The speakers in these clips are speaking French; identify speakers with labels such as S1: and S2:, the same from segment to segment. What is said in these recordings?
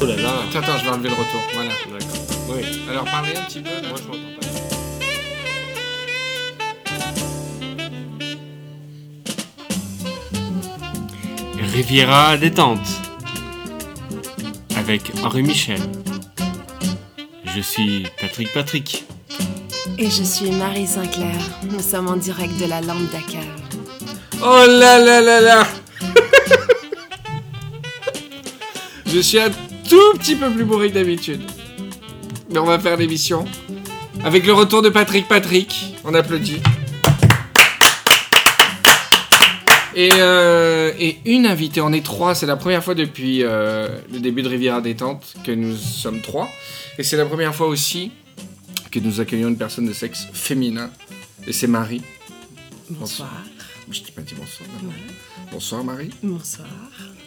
S1: Oh là là.
S2: Attends, attends, je vais enlever le retour. Voilà.
S1: D'accord. Oui.
S2: Alors parlez un petit peu, moi je m'entends pas.
S1: Riviera détente avec Henri Michel. Je suis Patrick Patrick.
S3: Et je suis Marie Sinclair. Nous sommes en direct de la lampe Dakar.
S2: Oh là là là là Je suis un tout petit peu plus bourré que d'habitude. Mais on va faire l'émission. Avec le retour de Patrick Patrick, on applaudit. Et, euh, et une invitée, on est trois, c'est la première fois depuis euh, le début de Riviera Détente que nous sommes trois. Et c'est la première fois aussi que nous accueillons une personne de sexe féminin. Et c'est Marie.
S3: Bonsoir.
S2: Je t'ai pas dit bonsoir.
S3: Voilà.
S2: Bonsoir Marie,
S3: Bonsoir.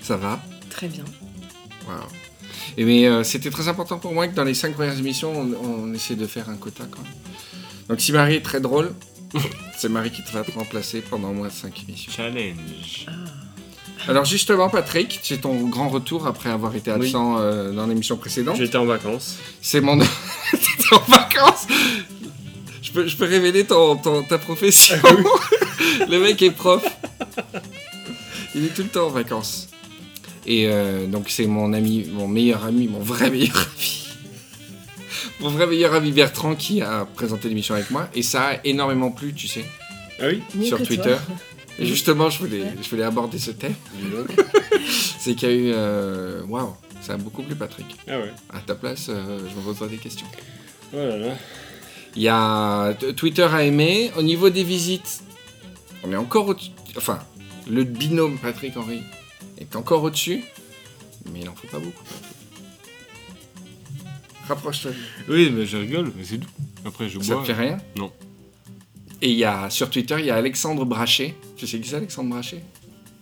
S2: ça va
S3: Très bien.
S2: Waouh. Et mais euh, c'était très important pour moi que dans les cinq premières émissions, on, on essaie de faire un quota. Quoi. Donc si Marie est très drôle, c'est Marie qui te va te remplacer pendant au moins cinq émissions.
S1: Challenge.
S2: Alors justement, Patrick, c'est ton grand retour après avoir été
S1: Oui.
S2: absent euh, dans l'émission précédente.
S1: J'étais en vacances.
S2: C'est mon... T'es en vacances je peux, je peux révéler ton, ton- ta profession. le mec est prof. Il est tout le temps en vacances. Et euh, donc c'est mon ami, mon meilleur ami, mon vrai meilleur ami. Mon vrai meilleur ami Bertrand qui a présenté l'émission avec moi. Et ça a énormément plu, tu sais,
S1: Ah oui
S3: Mieux
S2: sur
S3: que
S2: Twitter.
S3: toi.
S2: Et justement, je voulais, je voulais aborder ce thème. C'est qu'il y a eu... euh, Waouh, ça a beaucoup plu Patrick.
S1: Ah ouais.
S2: À ta place, euh, je me poserai des questions.
S1: Oh là là.
S2: Il y a t- Twitter a aimé. Au niveau des visites, on est encore au-dessus. Enfin, le binôme Patrick Henry est encore au-dessus, mais il en faut pas beaucoup. Rapproche-toi.
S1: Oui, mais je rigole, mais c'est tout. Après, je
S2: Ça
S1: bois.
S2: te fait rien
S1: Non.
S2: Et il y a sur Twitter, il y a Alexandre Brachet. Tu sais qui c'est Alexandre Brachet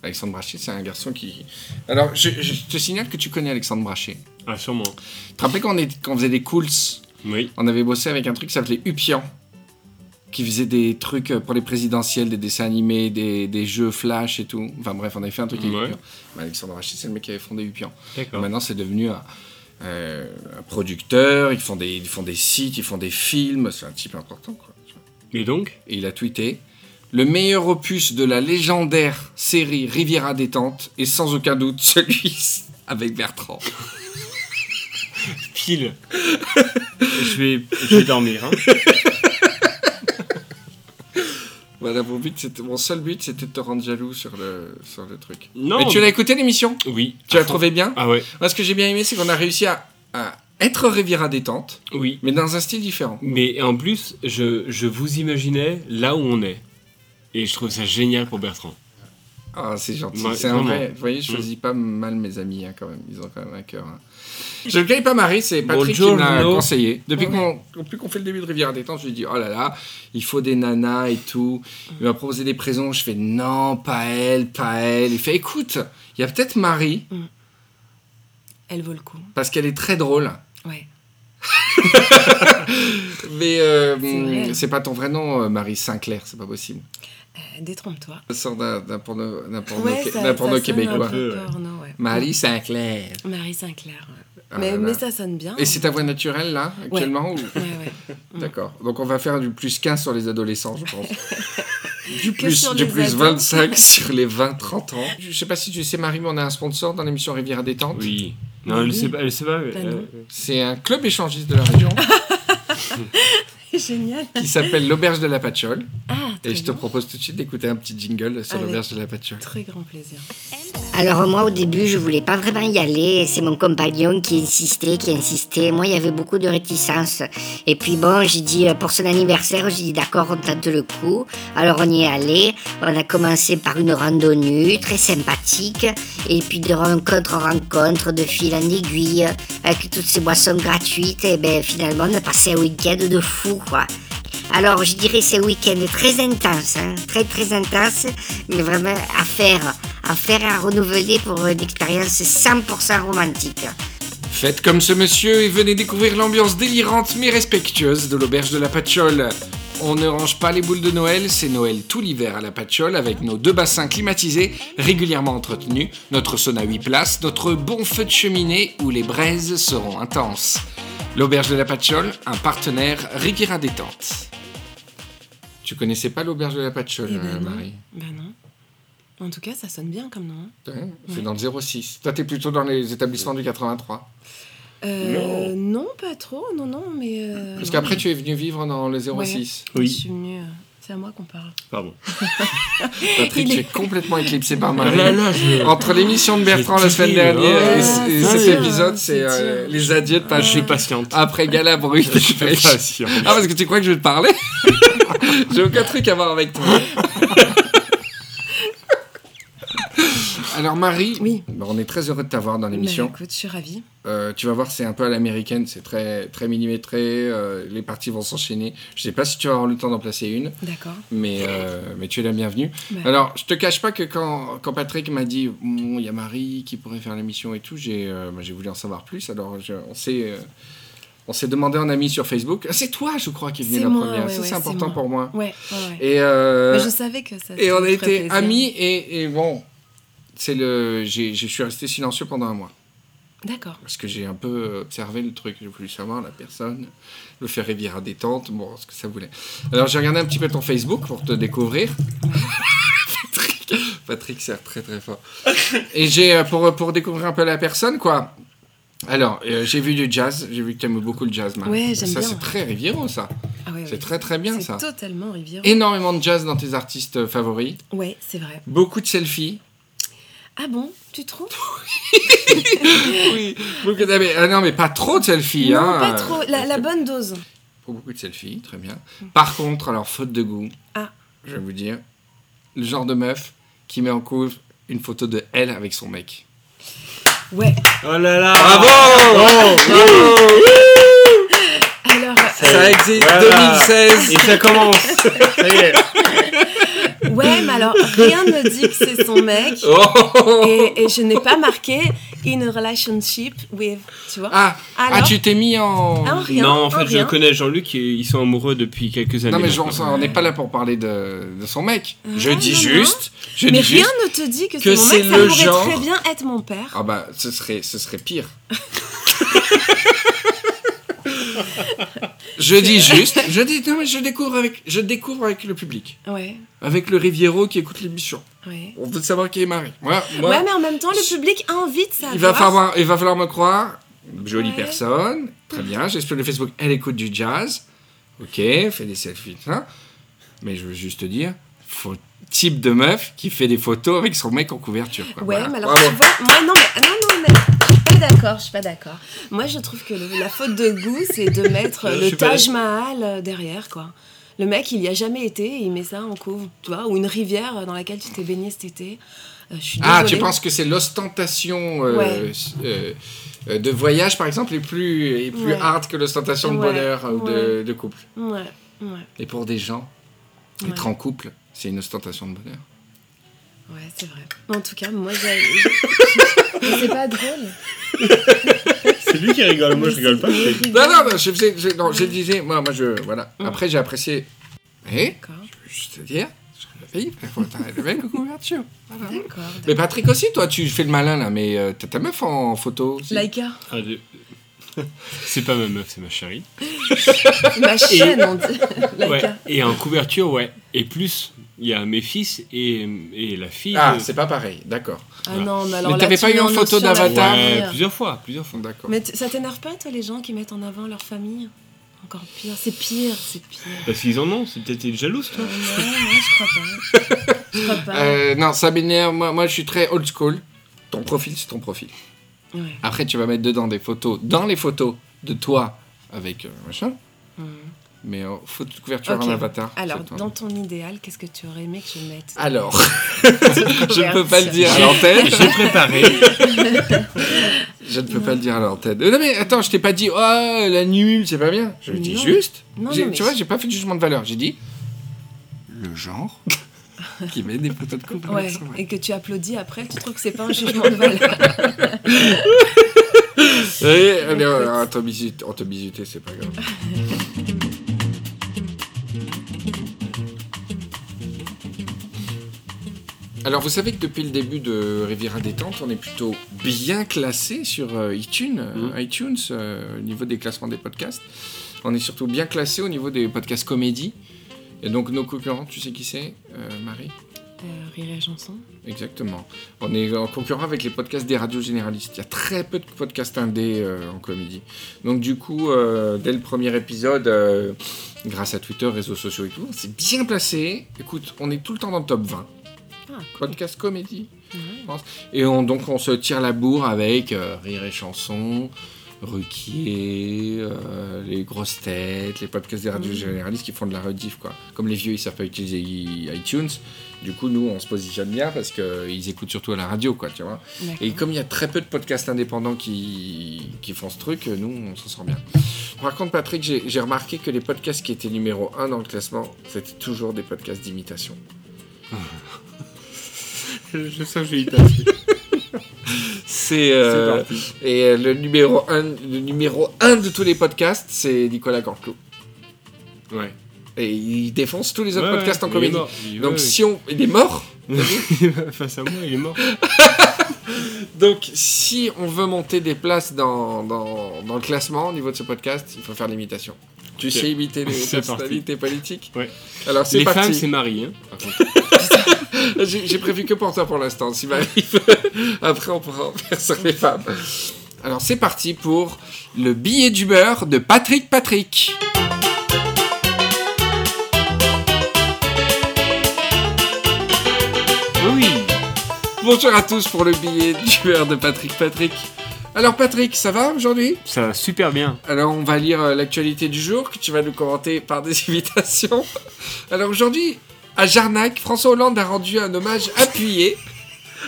S2: Alexandre Brachet, c'est un garçon qui. Alors, je, je te signale que tu connais Alexandre Brachet.
S1: Ah, sûrement.
S2: Tu te rappelles quand on, est- quand on faisait des cools
S1: Oui.
S2: on avait bossé avec un truc qui s'appelait Upian, qui faisait des trucs pour les présidentielles, des dessins animés, des, des jeux flash et tout. Enfin bref, on avait fait un truc avec
S1: Ouais. Ah.
S2: Upian. Mais Alexandre Rachid, c'est le mec qui avait fondé Upian.
S1: D'accord.
S2: Maintenant, c'est devenu un, euh, un producteur, ils font, des, ils font des sites, ils font des films, c'est un type important quoi. tu vois.
S1: Et donc
S2: Et il a tweeté. Le meilleur opus de la légendaire série Riviera détente est sans aucun doute celui avec Bertrand.
S1: Pile. je, vais, je vais dormir. Hein.
S2: Voilà, mon, but, c'était- mon seul but, c'était de te rendre jaloux sur le, sur le truc.
S1: Non.
S2: Mais tu l'as écouté l'émission
S1: Oui.
S2: Tu l'as
S1: À fond.
S2: trouvé bien
S1: Ah ouais.
S2: Moi, ce que j'ai bien aimé, c'est qu'on a réussi à, à être Riviera détente,
S1: Oui.
S2: mais dans un style différent.
S1: Mais en plus, je, je vous imaginais là où on est. Et je trouve ça génial pour Bertrand.
S2: Ah, c'est gentil.
S1: Ouais,
S2: c'est un vrai.
S1: vraiment. Mm.
S2: Vous voyez, je choisis pas mal mes amis, hein, quand même. Ils ont quand même un cœur. hein. Je ne connais pas Marie, c'est Patrick qui me l'a
S1: Buongiorno.
S2: conseillé. Depuis qu'on depuis qu'on fait le début de Riviera détente, je lui dis oh là là, il faut des nanas et tout. Il m'a proposé des présents. Je fais non, pas elle, pas elle. Il fait écoute, il y a peut-être Marie
S3: Elle vaut le coup.
S2: parce qu'elle est très drôle.
S3: Ouais.
S2: Mais euh,
S3: C'est vrai.
S2: c'est pas ton vrai nom, euh, Marie Sinclair, c'est pas possible.
S3: Euh, Détrompe-toi.
S2: Ça sort d'un d'un porno, d'un porno,
S3: ouais,
S2: qué-
S3: ça-
S2: d'un porno
S3: ça sonne
S2: bah, québécois.
S3: un peu porno, ouais.
S2: Marie Sinclair.
S3: Marie Sinclair. ouais.
S2: Ah
S3: mais,
S2: là là.
S3: mais ça sonne bien.
S2: Et c'est ta voix naturelle là, actuellement ou-
S3: Ouais, Mm. ouais.
S2: D'accord. Donc on va faire du plus 15 sur les adolescents, je pense. du
S3: Que
S2: plus,
S3: sur
S2: du
S3: les
S2: plus
S3: ados.
S2: 25 sur les 20-30 ans. Je sais pas si tu sais, Marie, mais on a un sponsor dans l'émission Rivière Détente.
S1: Oui. Non, elle
S3: Oui.
S1: sait pas. Elle sait pas. mais-
S3: Bah non.
S1: euh,
S2: C'est un club échangiste de la région
S3: Génial.
S2: qui s'appelle l'Auberge de la Patchole.
S3: Ah, très
S2: Et je te
S3: bien.
S2: propose tout de suite d'écouter un petit jingle sur
S3: Allez.
S2: l'Auberge de la Patchole.
S3: Très grand plaisir.
S4: Alors moi au début je voulais pas vraiment y aller, c'est mon compagnon qui insistait, qui insistait, moi il y avait beaucoup de réticence. Et puis bon j'ai dit euh, pour son anniversaire, j'ai dit d'accord on tente le coup, alors on y est allé, on a commencé par une randonnée très sympathique, et puis de rencontre en rencontre, de fil en aiguille, avec toutes ces boissons gratuites, et ben finalement on a passé un week-end de fou quoi. Alors, je dirais c'est un week-end très intense, hein, très très intense, mais vraiment à faire, à faire, à renouveler pour une expérience 100% romantique.
S2: Faites comme ce monsieur et venez découvrir l'ambiance délirante mais respectueuse de l'auberge de la Patchole. On ne range pas les boules de Noël, c'est Noël tout l'hiver à la Patchole avec nos deux bassins climatisés, régulièrement entretenus, notre sauna 8 places, notre bon feu de cheminée où les braises seront intenses. L'auberge de la Patchole, un partenaire Riviera Détente. Tu connaissais pas l'auberge de la Patchole,
S3: Eh ben
S2: euh,
S3: non.
S2: Marie
S3: Ben non. En tout cas, ça sonne bien comme nom. hein.
S2: Ouais, C'est dans le 06. Toi, t'es plutôt dans les établissements du 83.
S3: Euh, non. pas trop, non, non, mais. euh,
S2: Parce
S3: non.
S2: qu'après, tu es venu vivre dans le 06.
S3: Je
S1: Oui,
S3: suis venue. euh, C'est à moi qu'on parle.
S1: pardon.
S2: Patrick,
S3: Il
S2: tu
S3: est-
S2: es complètement éclipsé par
S1: Ah
S2: Marie.
S1: là oh, là, je-
S2: Entre l'émission de Bertrand
S1: C'est
S2: la semaine
S1: terrible,
S2: dernière
S3: ouais.
S2: et, c- et
S3: Ah,
S2: cet
S3: c'est dur,
S2: épisode, c'est
S3: c'est
S2: euh,
S3: dur.
S2: les adieux de
S1: Ah, je suis
S2: Patrick
S1: patiente.
S2: après Galabru.
S1: Je suis patiente.
S2: ah, parce que tu crois que je vais te parler J'ai aucun truc à voir avec toi. Alors Marie,
S3: Oui.
S2: bon, on est très heureux de t'avoir dans l'émission.
S3: Bah, écoute, je suis ravie.
S2: Euh, tu vas voir, c'est un peu à l'américaine, c'est très, très millimétré, euh, les parties vont s'enchaîner. Je sais pas si tu vas avoir le temps d'en placer une
S3: D'accord.
S2: mais, euh, mais tu es la bienvenue.
S3: Ouais.
S2: Alors, je te cache pas que quand, quand Patrick m'a dit Bon, il y a Marie qui pourrait faire l'émission et tout, j'ai euh, bah, j'ai voulu en savoir plus. Alors, je- on s'est euh, on s'est demandé en ami sur Facebook. Ah, C'est toi, je crois, qui est venue
S3: C'est
S2: la
S3: moi,
S2: première.
S3: ouais,
S2: Ça,
S3: ouais,
S2: c'est
S3: c'est
S2: important
S3: moi.
S2: pour moi.
S3: Ouais, ouais, ouais.
S2: Et, euh,
S3: Mais je savais que ça.
S2: et
S3: ça
S2: on
S3: me
S2: a
S3: ferait
S2: été
S3: plaisir.
S2: amis et, et bon, c'est le j'ai- je suis resté silencieux pendant un mois.
S3: D'accord.
S2: Parce que j'ai un peu observé le truc, j'ai voulu savoir la personne, le faire rivière à détente, bon, ce que ça voulait. Alors j'ai regardé un petit peu ton Facebook pour te découvrir. Patrick, Patrick sert très très fort. Et j'ai, euh, pour, pour découvrir un peu la personne, quoi. Alors, euh, j'ai vu du jazz, j'ai vu que tu aimes beaucoup le jazz, Marie.
S3: Ouais, j'aime
S2: Ça,
S3: bien.
S2: c'est très Riviero, ça.
S3: Ah ouais, ouais.
S2: C'est très très bien,
S3: C'est
S2: ça.
S3: totalement Rivière.
S2: Énormément de jazz dans tes artistes euh, favoris.
S3: Ouais, c'est vrai.
S2: Beaucoup de selfies.
S3: Ah bon, tu trouves
S2: Oui. Beaucoup de- ah, mais- ah non, mais pas trop de selfies.
S3: Non,
S2: hein.
S3: pas trop. La, la bonne dose.
S2: Pour beaucoup de selfies, très bien. Par contre, alors, faute de goût,
S3: Ah.
S2: je vais vous dire, le genre de meuf qui met en couve une photo de elle avec son mec.
S3: Ouais.
S1: Oh là là
S2: Bravo
S3: Alors,
S2: Ça existe
S1: Voilà.
S2: 2016
S1: Et ça commence Ça y est.
S3: euh, ouais, mais alors rien ne dit que c'est son mec.
S2: Oh.
S3: Et, et je n'ai pas marqué in a relationship with, tu vois.
S2: ah, ah,
S3: Alors
S2: tu t'es mis en...
S3: Ah, rien,
S1: non, en fait,
S3: ah,
S1: je
S3: rien.
S1: connais Jean-Luc, et ils sont amoureux depuis quelques années.
S2: non mais je-
S1: maintenant.
S2: on n'est pas là pour parler de, de son mec. je
S3: Ah,
S2: dis
S3: non,
S2: juste, je
S3: Mais
S2: dis
S3: rien
S2: juste.
S3: ne te dit que,
S2: que
S3: c'est mon
S2: c'est
S3: mec, ça
S2: le
S3: pourrait
S2: genre-
S3: très bien être mon père.
S2: Ah bah ce serait, ce serait pire. je dis juste, je dis non mais je découvre avec, je découvre avec le public.
S3: Ouais,
S2: avec le Riviero qui écoute l'émission.
S3: ouais.
S2: On veut savoir qui est Marie. Moi, moi,
S3: Ouais, mais en même temps, le public invite ça.
S2: il, va
S3: tu vois.
S2: falloir, il va falloir me croire. Jolie
S3: Ouais.
S2: personne. Très bien. J'espère le Facebook, elle écoute du jazz. Ok, fait des selfies. hein. Mais je veux juste te dire, faut type de meuf qui fait des photos avec son mec en couverture. quoi.
S3: Ouais,
S2: Voilà.
S3: mais alors
S2: Bravo.
S3: tu vois, moi non, mais ah, non, non, mais je suis pas d'accord, je suis pas d'accord. Moi, je trouve que le- la faute de goût, c'est de mettre
S1: Euh, je
S3: le
S1: suis pas
S3: Taj Mahal euh, derrière, quoi. Le mec, il y a jamais été, et il met ça en couve, tu vois, ou une rivière euh, dans laquelle tu t'es baigné cet été. Euh, je suis
S2: Ah, tu
S3: désolée.
S2: penses que c'est l'ostentation euh,
S3: Ouais.
S2: s- euh, euh, de voyage, par exemple, est plus, est plus
S3: Ouais.
S2: hard que l'ostentation de
S3: Ouais,
S2: bonheur euh, ou de, de couple
S3: Ouais, ouais,
S2: Et pour des gens,
S3: Ouais.
S2: être en couple, c'est une ostentation de bonheur.
S3: ouais, c'est vrai. Mais En tout cas, moi, j'ai. Mais c'est pas drôle.
S1: C'est lui qui rigole, moi je rigole pas. je fais-
S2: Non, non, non, je, faisais- je- non, je disais, moi, moi, je, voilà.
S3: Ouais.
S2: Après, j'ai apprécié. Eh,
S3: D'accord,
S2: je te dire, je l'avais dit, faut t'arrêter le mec en couverture. Voilà.
S3: d'accord.
S2: Mais Patrick aussi, toi, tu fais le malin, là, mais euh, t'as ta meuf en, en photo aussi.
S3: Laika,
S1: Ah, je- C'est pas ma meuf, c'est ma chérie.
S3: ma chaîne, on dit.
S1: Ouais.
S3: Laika.
S1: Et en couverture, ouais. Et plus, il y a mes fils et, et la fille.
S2: Ah,
S1: de-
S2: c'est pas pareil, d'accord.
S3: Ah non, mais alors.
S2: Mais
S3: là,
S2: t'avais
S3: tu
S2: pas eu
S3: mets
S2: en
S3: autre
S2: photo
S3: sur la
S2: d'avatar
S1: Ouais,
S3: terre.
S1: plusieurs fois, plusieurs fois.
S2: D'accord.
S3: Mais tu- ça t'énerve pas, toi, les gens qui mettent en avant leur famille Encore pire, c'est pire, c'est pire.
S1: Parce qu'ils en ont, c'est peut-être une jalouse, toi.
S3: Euh, non, non, je crois pas. Je crois pas.
S2: Euh, non, ça m'énerve, moi, moi, je suis très old school. Ton profil, c'est ton profil.
S3: Ouais.
S2: Après, tu vas mettre dedans des photos, dans les photos de toi avec euh, machin,
S3: Mhm.
S2: mais en photo de couverture
S3: Ok.
S2: en avatar.
S3: Alors,
S2: c'est toi.
S3: dans ton idéal, qu'est-ce que tu aurais aimé que je mette
S2: Alors, je ne peux pas le dire à l'antenne.
S1: J'ai préparé.
S2: Je ne peux pas le dire à l'antenne. Euh, Non mais attends, je t'ai pas dit oh la nulle, c'est pas bien. Je dis
S3: Non.
S2: juste.
S3: Non,
S2: j'ai-
S3: non, mais
S2: tu vois,
S3: je-
S2: j'ai pas fait de jugement de valeur. J'ai dit le genre qui met des photos de couple.
S3: Ouais,
S2: avec son mec.
S3: et que tu applaudis après, tu trouves que c'est pas un jugement de valeur.
S2: Et, allez, on, on te bisute- on te bisutait, c'est pas grave. Alors vous savez que depuis le début de Riviera Détente, on est plutôt bien classé sur euh, iTunes, euh, iTunes euh, au niveau des classements des podcasts. On est surtout bien classé au niveau des podcasts comédie. Et donc nos concurrents, tu sais qui c'est, euh, Marie
S3: Euh, rire et chanson.
S2: Exactement. On est en concurrent avec les podcasts des radios généralistes. Il y a très peu de podcasts indés euh, en comédie. Donc du coup, euh, dès le premier épisode, euh, grâce à Twitter, réseaux sociaux et tout, on s'est bien placé. Écoute, on est tout le temps dans le top 20.
S3: Ah, cool.
S2: Podcast comédie.
S3: Ouais.
S2: Et on, donc on se tire la bourre avec euh, Rire et Chanson, Ruquier, euh, les grosses têtes, les podcasts des radios
S3: Mhm.
S2: généralistes qui font de la rediff quoi. Comme les vieux ils savent pas utiliser i- iTunes, du coup nous on se positionne bien parce qu'ils écoutent surtout à la radio quoi, tu vois.
S3: D'accord.
S2: Et comme il y a très peu de podcasts indépendants qui, qui font ce truc, euh, nous on s'en sort bien. Par contre Patrick, j'ai j'ai remarqué que les podcasts qui étaient numéro 1 dans le classement, c'était toujours des podcasts d'imitation.
S1: Je sais, je vais y passer.
S2: C'est euh,
S1: C'est parti.
S2: Et euh, le numéro 1 le numéro un de tous les podcasts, c'est Nicolas Canteloup.
S1: Ouais.
S2: Et il défonce tous les autres
S1: Ouais,
S2: podcasts en
S1: il est
S2: comédie.
S1: mort. Il-
S2: Donc
S1: ouais,
S2: si on il est mort.
S1: ouais. face à moi, il est mort.
S2: Donc si on veut monter des places dans, dans, dans le classement au niveau de ce podcast, il faut faire l'imitation. Tu
S1: Ok.
S2: sais imiter les
S1: C'est parti.
S2: personnalités politiques
S1: Ouais.
S2: Alors c'est
S1: Les femmes,
S2: parti.
S1: c'est Marie. Hein. par contre.
S2: J'ai j'ai prévu que pour toi pour l'instant. Si m'arrive, après on pourra en faire sur les femmes. Alors c'est parti pour le billet du beurre de Patrick Patrick.
S1: Oui.
S2: Bonjour à tous pour le billet tueur de Patrick Patrick. Alors Patrick, ça va aujourd'hui
S1: Ça va super bien.
S2: Alors on va lire euh, l'actualité du jour que tu vas nous commenter par des invitations. Alors aujourd'hui, à Jarnac, François Hollande a rendu un hommage appuyé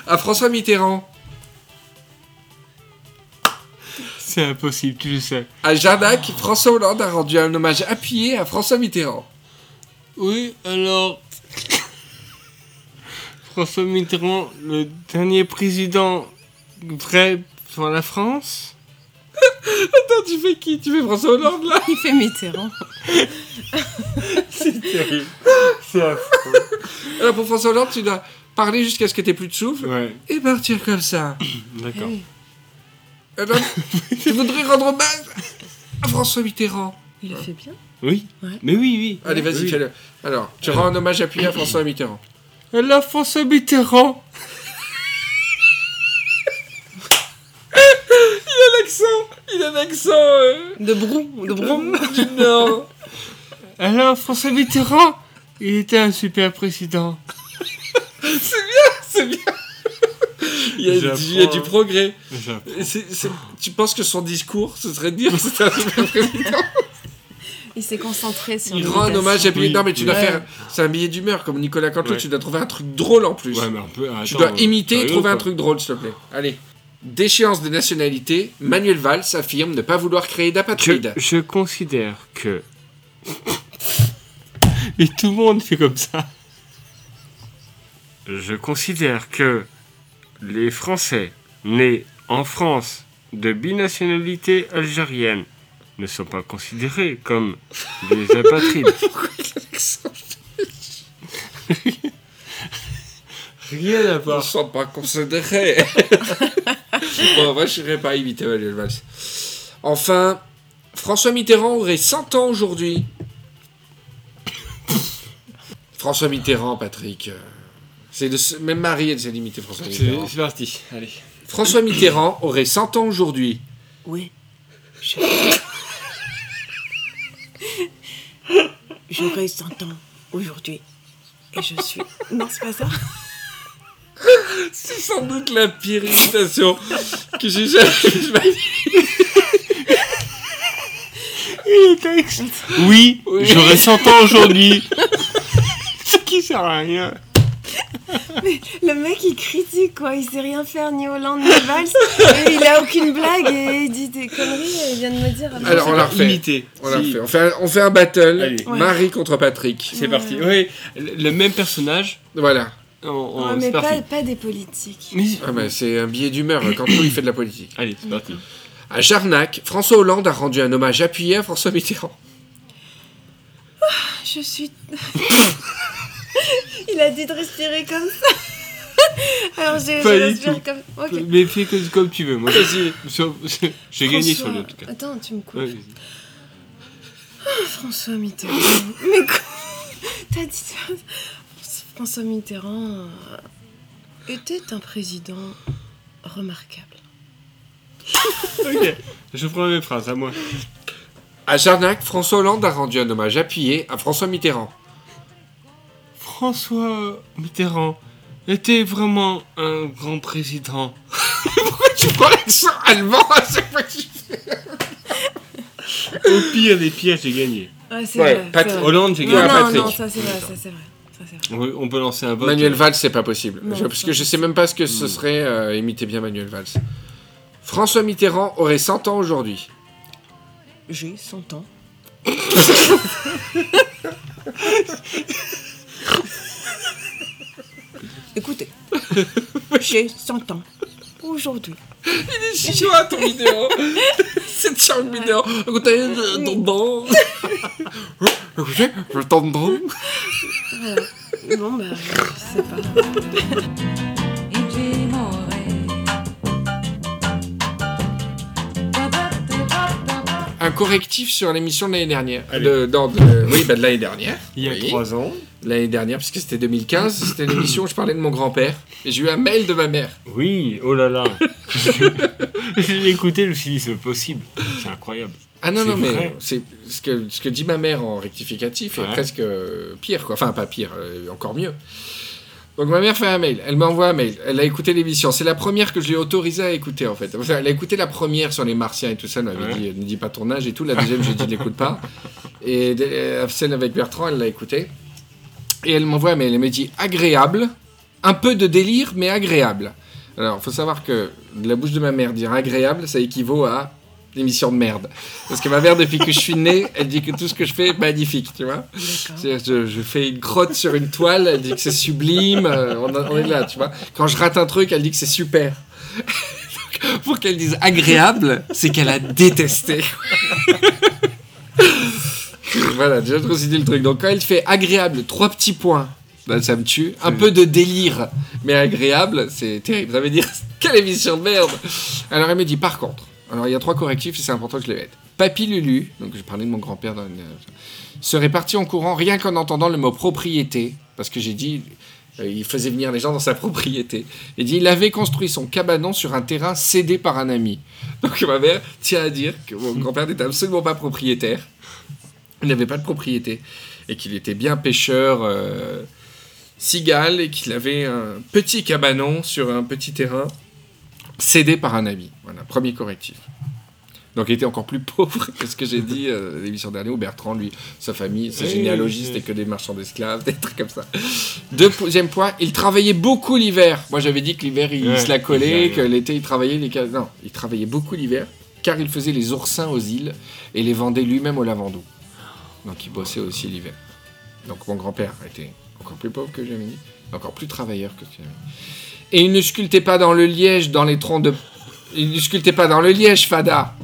S2: à François Mitterrand.
S1: C'est impossible, tu le sais.
S2: À Jarnac, François Hollande a rendu un hommage appuyé à François Mitterrand.
S1: Oui, alors. François Mitterrand, le dernier président vrai pour la France
S2: Attends, tu fais qui Tu fais François Hollande là
S3: Il fait Mitterrand.
S1: C'est terrible. C'est affreux.
S2: Alors pour François Hollande, tu dois parler jusqu'à ce que t'aies plus de souffle
S1: Ouais,
S2: et partir comme ça.
S1: d'accord.
S3: Eh Oui.
S2: Alors, tu voudrais rendre hommage à François Mitterrand.
S3: Il le fait bien.
S1: Oui
S3: Ouais.
S1: Mais oui, oui.
S2: Allez, vas-y,
S1: Oui.
S2: fais-le. Alors, tu rends un hommage appuyé à François Mitterrand.
S1: Alors, François Mitterrand
S2: L'accent Il a l'accent euh,
S3: De brou, de brou.
S2: du Nord
S1: Alors, François Mitterrand Il était un super président.
S2: C'est bien il y, a,
S1: J'apprends,
S2: du- il y a du
S1: hein.
S2: progrès. C'est- c'est- tu penses que son discours, ce serait de dire que c'est un super président
S3: Il s'est concentré sur
S2: Il
S3: le
S2: rend un hommage appuyé.
S1: Oui,
S2: Non, mais tu dois
S1: oui.
S2: faire. C'est un billet d'humeur, comme Nicolas Canteloup,
S1: Ouais.
S2: tu dois trouver un truc drôle en plus.
S1: Ouais, mais on peut. attends, euh,
S2: tu dois imiter et
S1: sérieux,
S2: trouver un
S1: quoi.
S2: truc drôle, s'il te plaît. Allez. Déchéance de nationalité, Manuel Valls affirme ne pas vouloir créer
S1: Je,
S2: d'apatride.
S1: je considère que. Mais tout le monde fait comme ça. Je considère que les Français nés en France de binationalité algérienne ne sont pas considérés comme des apatrides. Rien à
S2: ne sont pas considérés. bon, moi, je n'irai pas imiter Manuel Valls. Enfin, François Mitterrand aurait 100 ans aujourd'hui. François Mitterrand, Patrick. euh, C'est de ce- Même Marie, elle sait l'imiter, François Mitterrand.
S1: parti, allez.
S2: François Mitterrand aurait 100 ans aujourd'hui.
S3: Oui. Je... J'aurai 100 ans aujourd'hui. Et je suis. Non, c'est pas ça.
S2: C'est sans doute la pire imitation que j'ai jamais
S1: Oui,
S2: Oui.
S1: j'aurais 100 ans aujourd'hui. Ce qui sert à rien.
S3: Mais le mec, il critique, quoi. Il sait rien faire, ni Hollande, ni Valls. Et il a aucune blague et il dit des conneries. Et il vient de me dire. euh,
S2: Alors, on l'a refait.
S1: Imiter.
S2: On, l'a
S1: Si.
S2: fait. On, fait un, on fait un battle.
S1: Allez.
S3: Ouais.
S2: Marie contre Patrick.
S1: C'est parti. Oui, le le même personnage.
S2: Voilà.
S1: On- on-
S3: Ouais, Ah, mais
S1: c'est
S3: pas,
S1: parti.
S3: pas des politiques.
S1: Mais-
S2: Ah, ben, c'est un billet d'humeur quand tout il fait de la politique.
S1: Allez, c'est parti.
S2: À Jarnac, François Hollande a rendu un hommage appuyé à François Mitterrand.
S3: Je suis. il a dit de respirer comme ça. Alors je, je
S1: Pas du
S3: respire
S1: tout.
S3: comme. Ok.
S1: Mais fais comme, comme tu veux. Moi, j'ai j'ai gagné sur le en tout cas.
S3: Attends, tu me coupes.
S1: Ouais,
S3: François Mitterrand. Mais quoi T'as dit ça François Mitterrand euh, était un président remarquable.
S1: ok. Je prends mes phrases à moi.
S2: À Jarnac, François Hollande a rendu un hommage appuyé à François Mitterrand.
S1: François Mitterrand était vraiment un grand président.
S2: Tu prends l'accent allemand à chaque fois que tu
S1: Au pire des pires, j'ai gagné.
S3: Ouais, Ah, c'est
S2: Ouais,
S3: vrai.
S2: Pat-
S3: c'est vrai.
S1: Hollande, j'ai
S3: Non,
S2: à
S1: gagné.
S3: non,
S2: Patrick.
S3: non, ça c'est vrai, ça c'est vrai. ça, c'est vrai.
S1: On on peut lancer un vote. euh,
S2: Manuel Valls, c'est pas possible.
S3: Non,
S2: Je- parce
S3: c'est
S2: que
S3: pas
S2: je sais même pas ce que ce serait euh, imiter bien Manuel Valls. François Mitterrand aurait 100 ans aujourd'hui.
S3: J'ai 100 ans. Écoutez, j'ai 100 ans aujourd'hui.
S2: Tu vois ton vidéo C'est sur une euh, vidéo. Écoutez, je t'entends. Oh, Écoutez, je t'entends.
S3: Bon bah, c'est pas.
S2: Un correctif sur l'émission de l'année dernière.
S1: Allez.
S2: De, non, de- oui, bah, de l'année dernière.
S1: Il y a
S2: Oui.
S1: trois ans.
S2: L'année dernière, puisque c'était 2015, c'était l'émission où je parlais de mon grand-père. Et j'ai eu un mail de ma mère.
S1: Oui, oh là là. j'ai écouté, je me suis dit, c'est possible. C'est incroyable.
S2: Ah non,
S1: C'est
S2: non, mais
S1: vrai.
S2: c'est ce que, ce que dit ma mère en rectificatif est
S1: Ouais.
S2: presque euh, pire, quoi. Enfin, pas pire, euh, encore mieux. Donc ma mère fait un mail, elle m'envoie un mail, elle a écouté l'émission, c'est la première que je l'ai autorisée à écouter en fait. Enfin, elle a écouté la première sur les martiens et tout ça, elle m'avait
S1: Ouais.
S2: dit, euh, ne dis pas ton âge et tout, la deuxième j'ai dit, ne l'écoute pas. Et euh, celle avec Bertrand, elle l'a écoutée. Et elle m'envoie un mail, elle me dit, agréable, un peu de délire mais agréable. Alors, faut savoir que de la bouche de ma mère dire agréable, ça équivaut à l'émission de merde. Parce que ma mère, depuis que je suis né, elle dit que tout ce que je fais est magnifique, tu vois.
S3: D'accord.
S2: C'est-à-dire, Je, je fais une crotte sur une toile, elle dit que c'est sublime, euh, on, a- on est là, tu vois. Quand je rate un truc, elle dit que c'est super. Donc, Pour qu'elle dise agréable, c'est qu'elle a détesté. voilà, déjà je considère le truc. Donc quand elle fait agréable, trois petits points, bah, ça me tue. Un peu de délire, mais agréable, c'est terrible. Ça veut dire quelle émission de merde. Alors elle me dit par contre, alors il y a trois correctifs et c'est important que je les mette. Papy Lulu, donc je parlais de mon grand-père dans une serait parti en courant rien qu'en entendant le mot propriété, parce que j'ai dit, euh, il faisait venir les gens dans sa propriété. Il dit, il avait construit son cabanon sur un terrain cédé par un ami. Donc ma mère tient à dire que mon grand-père n'était absolument pas propriétaire, il n'avait pas de propriété, et qu'il était bien pêcheur. euh, cigale et qu'il avait un petit cabanon sur un petit terrain cédé par un ami. Voilà, premier correctif. Donc il était encore plus pauvre que ce que j'ai dit euh, l'émission dernière où Bertrand, lui, sa famille, ses
S1: Oui,
S2: généalogistes
S1: oui.
S2: et que des marchands d'esclaves, des trucs comme ça. Deuxième point, il travaillait beaucoup l'hiver. Moi j'avais dit que l'hiver il
S1: Ouais,
S2: se la collait,
S1: l'hiver,
S2: que l'été il travaillait les cas- Non, il travaillait beaucoup l'hiver car il faisait les oursins aux îles et les vendait lui-même au lavandou. Donc il bossait aussi l'hiver. Donc mon grand-père était encore plus pauvre que Gemini, encore plus travailleur que Gemini. Et il ne sculptait pas dans le liège, dans les troncs de... Il ne sculptait pas dans le liège, Fada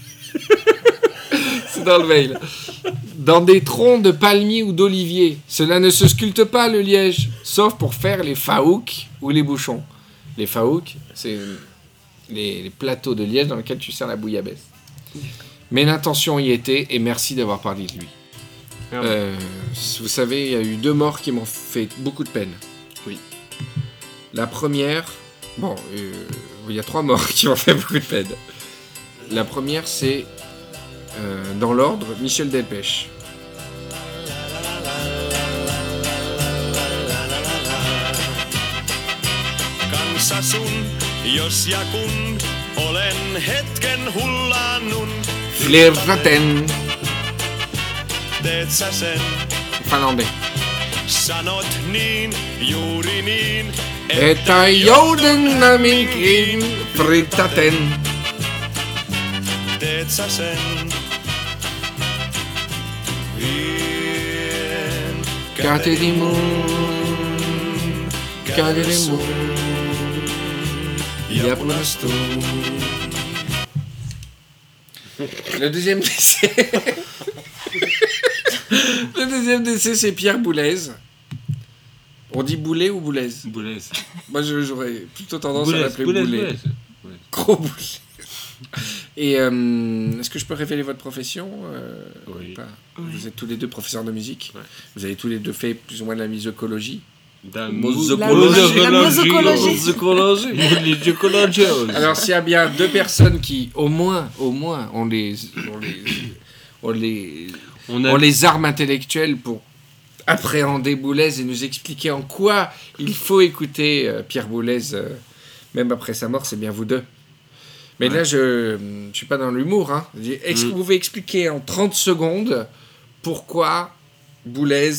S2: C'est dans le mail. Dans des troncs de palmiers ou d'oliviers. Cela ne se sculpte pas, le liège, sauf pour faire les faouks ou les bouchons. Les faouks, c'est les, les plateaux de liège dans lesquels tu sers la bouillabaisse. Mais l'intention y était, et merci d'avoir parlé de lui.
S1: Merde.
S2: Euh, vous savez, il y a eu deux morts qui m'ont fait beaucoup de peine.
S1: Oui.
S2: La première, bon, euh, il y a trois morts qui m'ont fait beaucoup de peine. La première, c'est euh, dans l'ordre, Michel Delpech.
S5: kanssa sun, jos ja kun olen hetken hullannut,
S2: Flertaten,
S5: teet sä sen.
S2: finlandais.
S5: Sanot niin, juuri niin,
S2: Eta jouden namikin fritaten.
S5: teet sä sen. Vien
S2: Kateri mun, kateri mun, ja punastu. Le deuxième décès. Le deuxième décès, c'est Pierre Boulez. On dit boulet ou boulaise
S1: Boulez.
S2: Moi, je- j'aurais plutôt tendance à
S1: Boulez,
S2: l'appeler
S1: Boulez,
S2: boulet.
S1: Boulez.
S2: Gros boulet. Et euh, est-ce que je peux révéler votre profession euh,
S1: Oui.
S2: ou pas
S3: Ouais.
S2: Vous êtes tous les deux professeurs de musique.
S1: Ouais.
S2: Vous avez tous les deux fait plus ou moins de la musicologie.
S1: La
S2: Mosocologie.
S3: La mosocologie.
S1: Mosocologie.
S2: Alors s'il y a bien deux personnes qui, au moins, au moins, on les, on les, on les,
S1: On
S2: on
S1: a
S2: les armes intellectuelles pour appréhender Boulez et nous expliquer en quoi il faut écouter euh, Pierre Boulez, euh, même après sa mort, c'est bien vous deux. Mais
S1: Ouais.
S2: là, je ne suis pas dans l'humour. hein. Je dis, Est-ce que
S1: Mm.
S2: vous pouvez expliquer en 30 secondes pourquoi Boulez,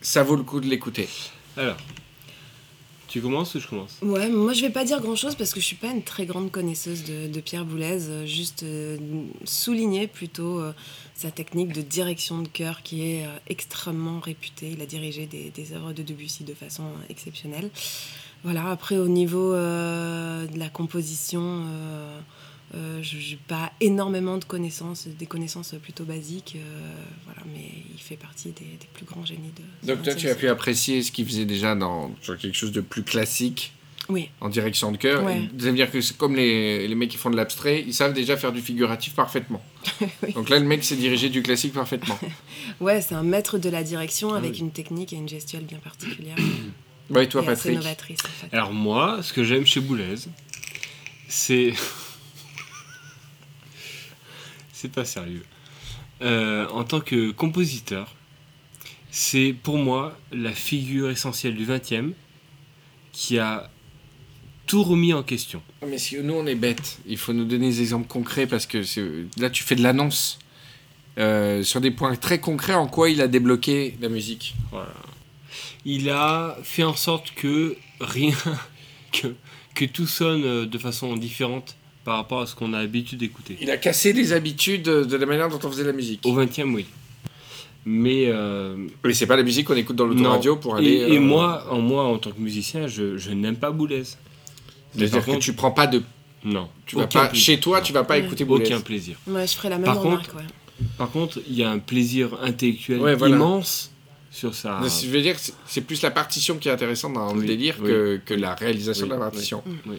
S2: ça vaut le coup de l'écouter
S1: Alors, tu commences ou je commence
S3: Ouais, moi je vais pas dire grand chose parce que je suis pas une très grande connaisseuse de, de Pierre Boulez. euh, Juste euh, souligner plutôt euh, sa technique de direction de chœur qui est euh, extrêmement réputée. Il a dirigé des, des œuvres de Debussy de façon euh, exceptionnelle. Voilà, après au niveau euh, de la composition, euh, euh, je n'ai pas énormément de connaissances, des connaissances plutôt basiques. euh, voilà, mais il fait partie des, des plus grands génies de.
S2: Donc toi, tu as pu apprécier ce qu'il faisait déjà dans sur quelque chose de plus classique
S3: Oui.
S2: en direction de cœur.
S3: Ouais.
S2: Et Ça veut dire que c'est comme les, les mecs qui font de l'abstrait, ils savent déjà faire du figuratif parfaitement.
S3: Oui.
S2: Donc là, le mec s'est dirigé du classique parfaitement.
S3: Ouais, c'est un maître de la direction avec
S2: Ah oui.
S3: une technique et une gestuelle bien particulière.
S2: Ouais, Bah, et toi,
S3: et assez
S2: Patrick
S3: novatrice, en fait.
S1: Alors moi, ce que j'aime chez Boulez, c'est... c'est pas sérieux. Euh, en tant que compositeur, c'est pour moi la figure essentielle du 20e qui a tout remis en question.
S2: Mais si nous, on est bêtes, il faut nous donner des exemples concrets parce que c'est- là, tu fais de l'annonce euh, sur des points très concrets en quoi il a débloqué la musique.
S1: Voilà. Il a fait en sorte que rien, que, que tout sonne euh, de façon différente par rapport à ce qu'on a l'habitude d'écouter.
S2: Il a cassé des habitudes de la manière dont on faisait la musique.
S1: Au 20e, oui. Mais euh,
S2: Mais c'est pas la musique qu'on écoute dans l'autoradio pour aller.
S1: et, et
S2: euh,
S1: moi, en moi, en tant que musicien, je, je n'aime pas Boulez. Mais
S2: C'est-à-dire
S1: par
S2: que
S1: contre,
S2: tu prends pas de.
S1: non,
S2: Tu vas
S1: aucun
S2: pas,
S1: plaisir.
S2: chez toi, tu vas pas
S3: Ouais.
S2: écouter Boulez.
S1: aucun plaisir.
S3: Moi, je ferais la même
S1: Par
S3: remarque. ouais.
S1: Par contre, il y a un plaisir intellectuel
S2: Ouais, voilà.
S1: immense sur ça.
S2: Mais je veux dire, c'est- c'est plus la partition qui est intéressante dans le
S1: Oui,
S2: délire
S1: oui.
S2: que, que la réalisation
S1: Oui,
S2: de la
S1: oui,
S2: partition.
S1: oui.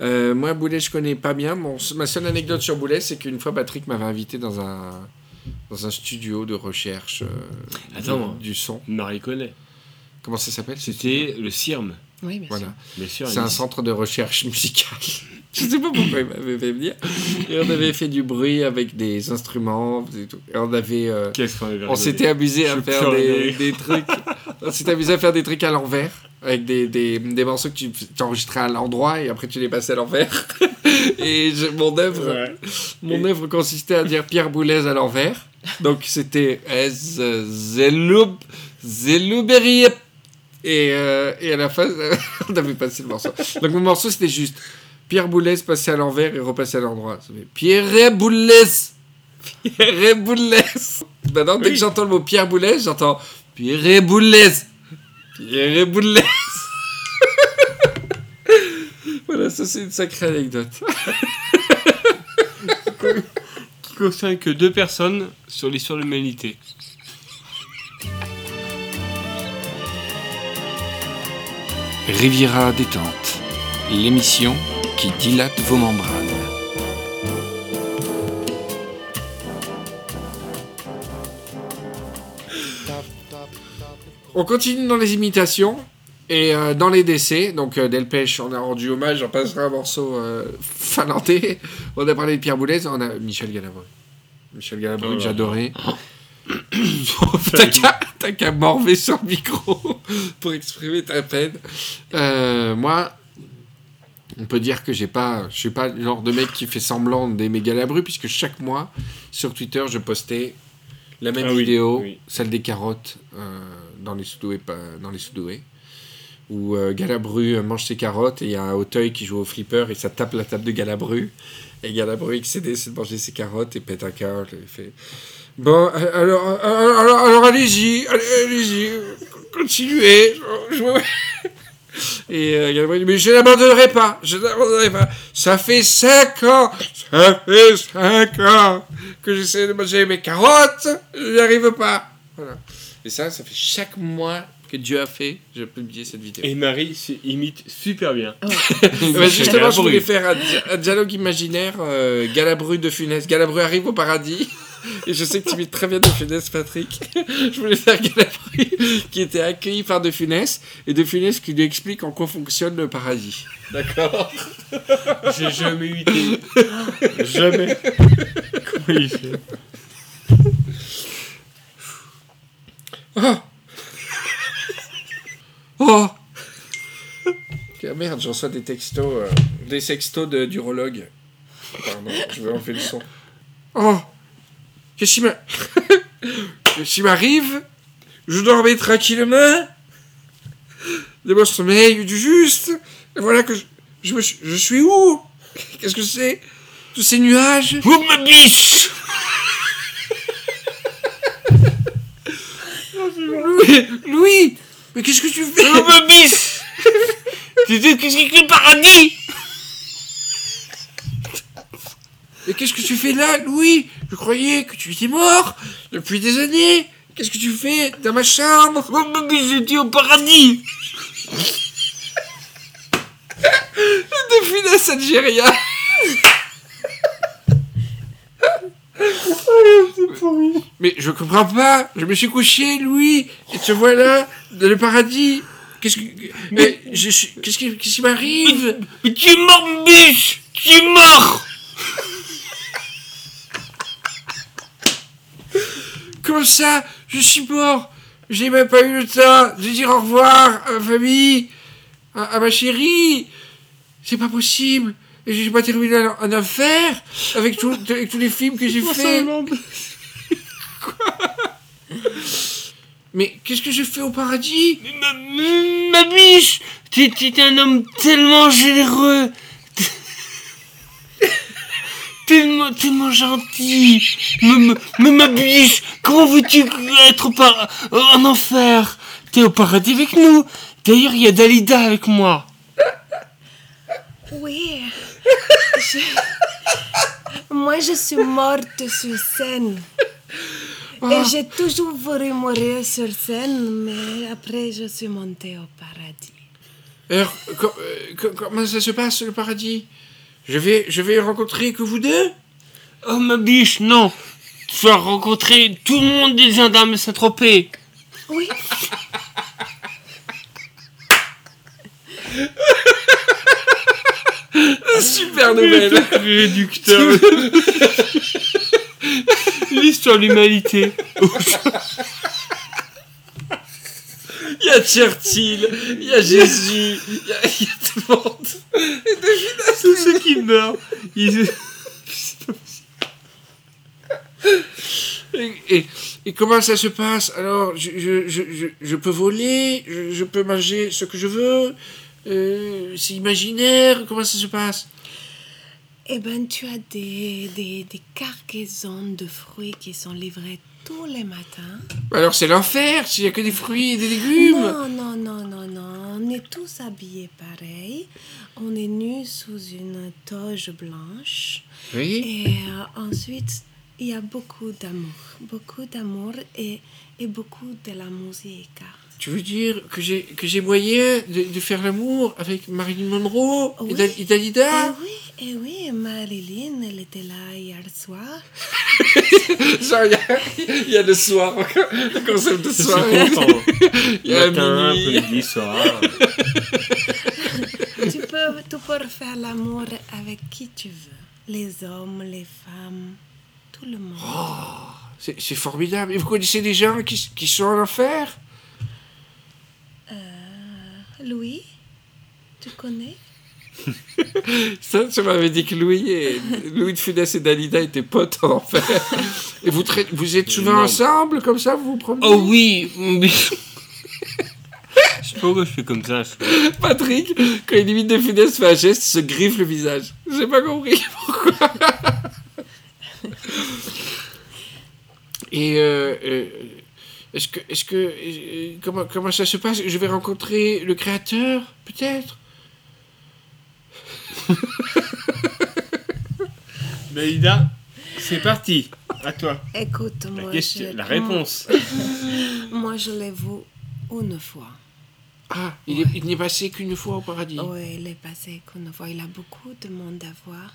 S2: Euh, moi, Boulet, je connais pas bien. Mon, ma seule anecdote sur Boulet, c'est qu'une fois, Patrick m'avait invité dans un, dans un studio de recherche euh,
S1: Attends.
S2: du- du son.
S1: Marie connaît.
S2: Comment ça s'appelle ce studio
S1: C'était le CIRM.
S3: Oui, bien
S2: Voilà.
S1: Bien sûr.
S2: C'est un
S1: il-
S2: centre de recherche musicale. Je sais pas pourquoi il m'avait fait venir. Et on avait fait du bruit avec des instruments et tout. Et on avait. euh,
S1: Qu'est-ce qu'on avait
S2: On s'était amusé à
S1: Je
S2: faire
S1: pleure de
S2: des,
S1: rire.
S2: des trucs. On s'était amusé à faire des trucs à l'envers, avec des, des, des morceaux que tu enregistrais à l'endroit et après tu les passais à l'envers. Et je- mon œuvre,
S1: Ouais.
S2: mon œuvre consistait à dire Pierre Boulez à l'envers. Donc c'était euh, S Zeloub Zelouberiep. Et, euh, et à la fin, on avait passé le morceau. Donc mon morceau c'était juste Pierre Boulez passé à l'envers et repassé à l'endroit. Ça fait Pierre Boulez. Pierre Boulez. Maintenant, dès
S1: Oui.
S2: que j'entends le mot Pierre Boulez, j'entends Pierre Boulez. Pierre Boulez. voilà, ça c'est une sacrée anecdote.
S1: qui concerne que deux personnes sur l'histoire de l'humanité.
S2: Riviera Détente, l'émission qui dilate vos membranes. On continue dans les imitations et euh, dans les décès. Donc, euh, Delpech, on a rendu hommage, on passera un morceau euh, finlandais. On a parlé de Pierre Boulez, on a Michel Galabru. Michel Galabru,
S1: Oh là
S2: que
S1: là.
S2: j'adorais. T'as qu'à- T'as qu'à morver sur le micro pour exprimer ta peine. Euh, moi, on peut dire que j'ai pas, je suis pas le genre de mec qui fait semblant d'aimer Galabru, puisque chaque mois, sur Twitter, je postais la même
S1: Ah oui,
S2: vidéo,
S1: oui.
S2: celle des carottes euh, dans les Soudoués, pas- dans les Soudoués, où euh, Galabru euh, mange ses carottes et il y a un Auteuil qui joue au flipper et ça tape la table de Galabru. Et Galabru excédé, c'est de manger ses carottes et pète un câble et fait. Bon, euh, alors, euh, alors, alors, alors, allez-y, allez- allez-y, continuez. je- je- Et euh, Galabru dit, mais je n'abandonnerai pas, je n'abandonnerai pas. Ça fait 5 ans, ça fait 5 ans que j'essaie de manger mes carottes, je n'y arrive pas. Voilà. Et ça, ça fait chaque mois que Dieu a fait, j'ai publié cette vidéo.
S1: Et Marie s- imite super bien.
S2: Eh ben, justement, je
S1: Galabru.
S2: voulais faire un, di- un dialogue imaginaire euh, Galabru de Funès. Galabru arrive au paradis. Et je sais que tu imites très bien de Funès, Patrick. Je voulais faire Galabru qui était accueilli par de Funès et de Funès qui lui explique en quoi fonctionne le paradis.
S1: D'accord. J'ai jamais imité. jamais. Comment il fait
S2: Oh Oh Ah Merde, j'en reçois des textos, euh, des sextos de- d'urologue. Pardon, je vais enlever le son. Oh Que si m'a- Que si m'arrive, je dormais tranquillement, de mon sommeil du juste, et voilà que je, je, me suis- je suis où Qu'est-ce que c'est Tous ces nuages
S1: Vous me biche
S2: Louis, Louis Mais qu'est-ce que tu fais
S1: Vous me biche Tu dis qu'est-ce que c'est le paradis
S2: Mais qu'est-ce que tu fais là, Louis Je croyais que tu étais mort depuis des années. Qu'est-ce que tu fais dans ma chambre
S1: Vous me biche, Oh, je dis au paradis
S2: De Funès Algérien Mais je comprends pas. Je me suis couché, Louis, et te voilà dans le paradis. Qu'est-ce que mais je suis- qu'est-ce qui, qu'est-ce qui m'arrive
S1: Mais tu es mort, me biche Tu es mort
S2: Comment ça Je suis mort J'ai même pas eu le temps de dire au revoir à ma famille, à, à ma chérie C'est pas possible Et j'ai pas terminé un, un affaire avec, tout- avec tous les films que j'ai fait Mais qu'est-ce que j'ai fait au paradis
S1: Mais Ma, ma biche Tu tu es un homme tellement généreux Tellement, tellement gentil Mais, ma- mais ma biche Comment veux-tu être par, en enfer T'es au paradis avec nous D'ailleurs, il y a Dalida avec moi
S3: Oui. Je- Moi, je suis morte sur scène.
S2: Ah.
S3: Et j'ai toujours voulu mourir sur scène, mais après, je suis montée au paradis.
S2: Alors, co- euh, co- comment ça se passe le paradis je vais, je vais rencontrer que vous deux
S1: Oh ma biche, non Tu vas rencontrer tout le monde des gendarmes de Saint-Tropez
S3: Oui.
S2: Ah, Super
S1: Réducteur L'histoire de l'humanité
S2: Il y a Churchill, il y a Jésus, il y a, il y a tout le monde
S1: Tous ceux qui meurent, ils...
S2: Et, et- et comment ça se passe Alors, je, je, je, je, je peux voler, je, je peux manger ce que je veux, euh, c'est imaginaire, comment ça se passe
S3: Eh ben, tu as des, des, des cargaisons de fruits qui sont livrées tous les matins.
S2: Bah Alors c'est l'enfer, s'il n'y a que des fruits et des légumes
S3: Non, non, non, non, non. On est tous habillés pareil. On est nus sous une toge blanche.
S2: Oui
S3: Et euh, ensuite, il y a beaucoup d'amour. Beaucoup d'amour et, et beaucoup de la musique.
S2: Tu veux dire que j'ai que j'ai moyen de, de faire l'amour avec Marilyn Monroe et
S3: Oui.
S2: Da- et Dalida
S3: Eh oui, eh oui, Marilyn, elle était là hier soir.
S2: Genre, il y a- il y, a le soir, le concept de soirée. Il y a minuit.
S1: soir...
S3: tu, peux, tu peux faire l'amour avec qui tu veux. Les hommes, les femmes, tout le monde.
S2: C'est c'est formidable. Et vous connaissez des gens qui, qui sont en enfer
S3: Louis, tu connais
S2: Ça, tu m'avais dit que Louis, et, Louis de Funès et Dalida étaient potes en enfer. Et vous, traitez- vous êtes souvent
S1: Non.
S2: ensemble, comme ça, vous vous promenez
S1: Oh oui mais- Je sais pas pourquoi je fais comme ça. je-
S2: Patrick, quand il imite de Funès, fait un geste, il se griffe le visage. J'ai pas compris pourquoi. Et euh, euh, est-ce que, est-ce que, euh, comment, comment ça se passe Je vais rencontrer le créateur, peut-être
S1: Dalida, c'est parti. À toi.
S3: Écoute, moi, je- moi- Moi, je les vois ou neuf fois.
S2: Ah, il est- il n'est passé qu'une fois au paradis.
S3: Ah Ouais, il est passé qu'une fois. Il a beaucoup de monde à voir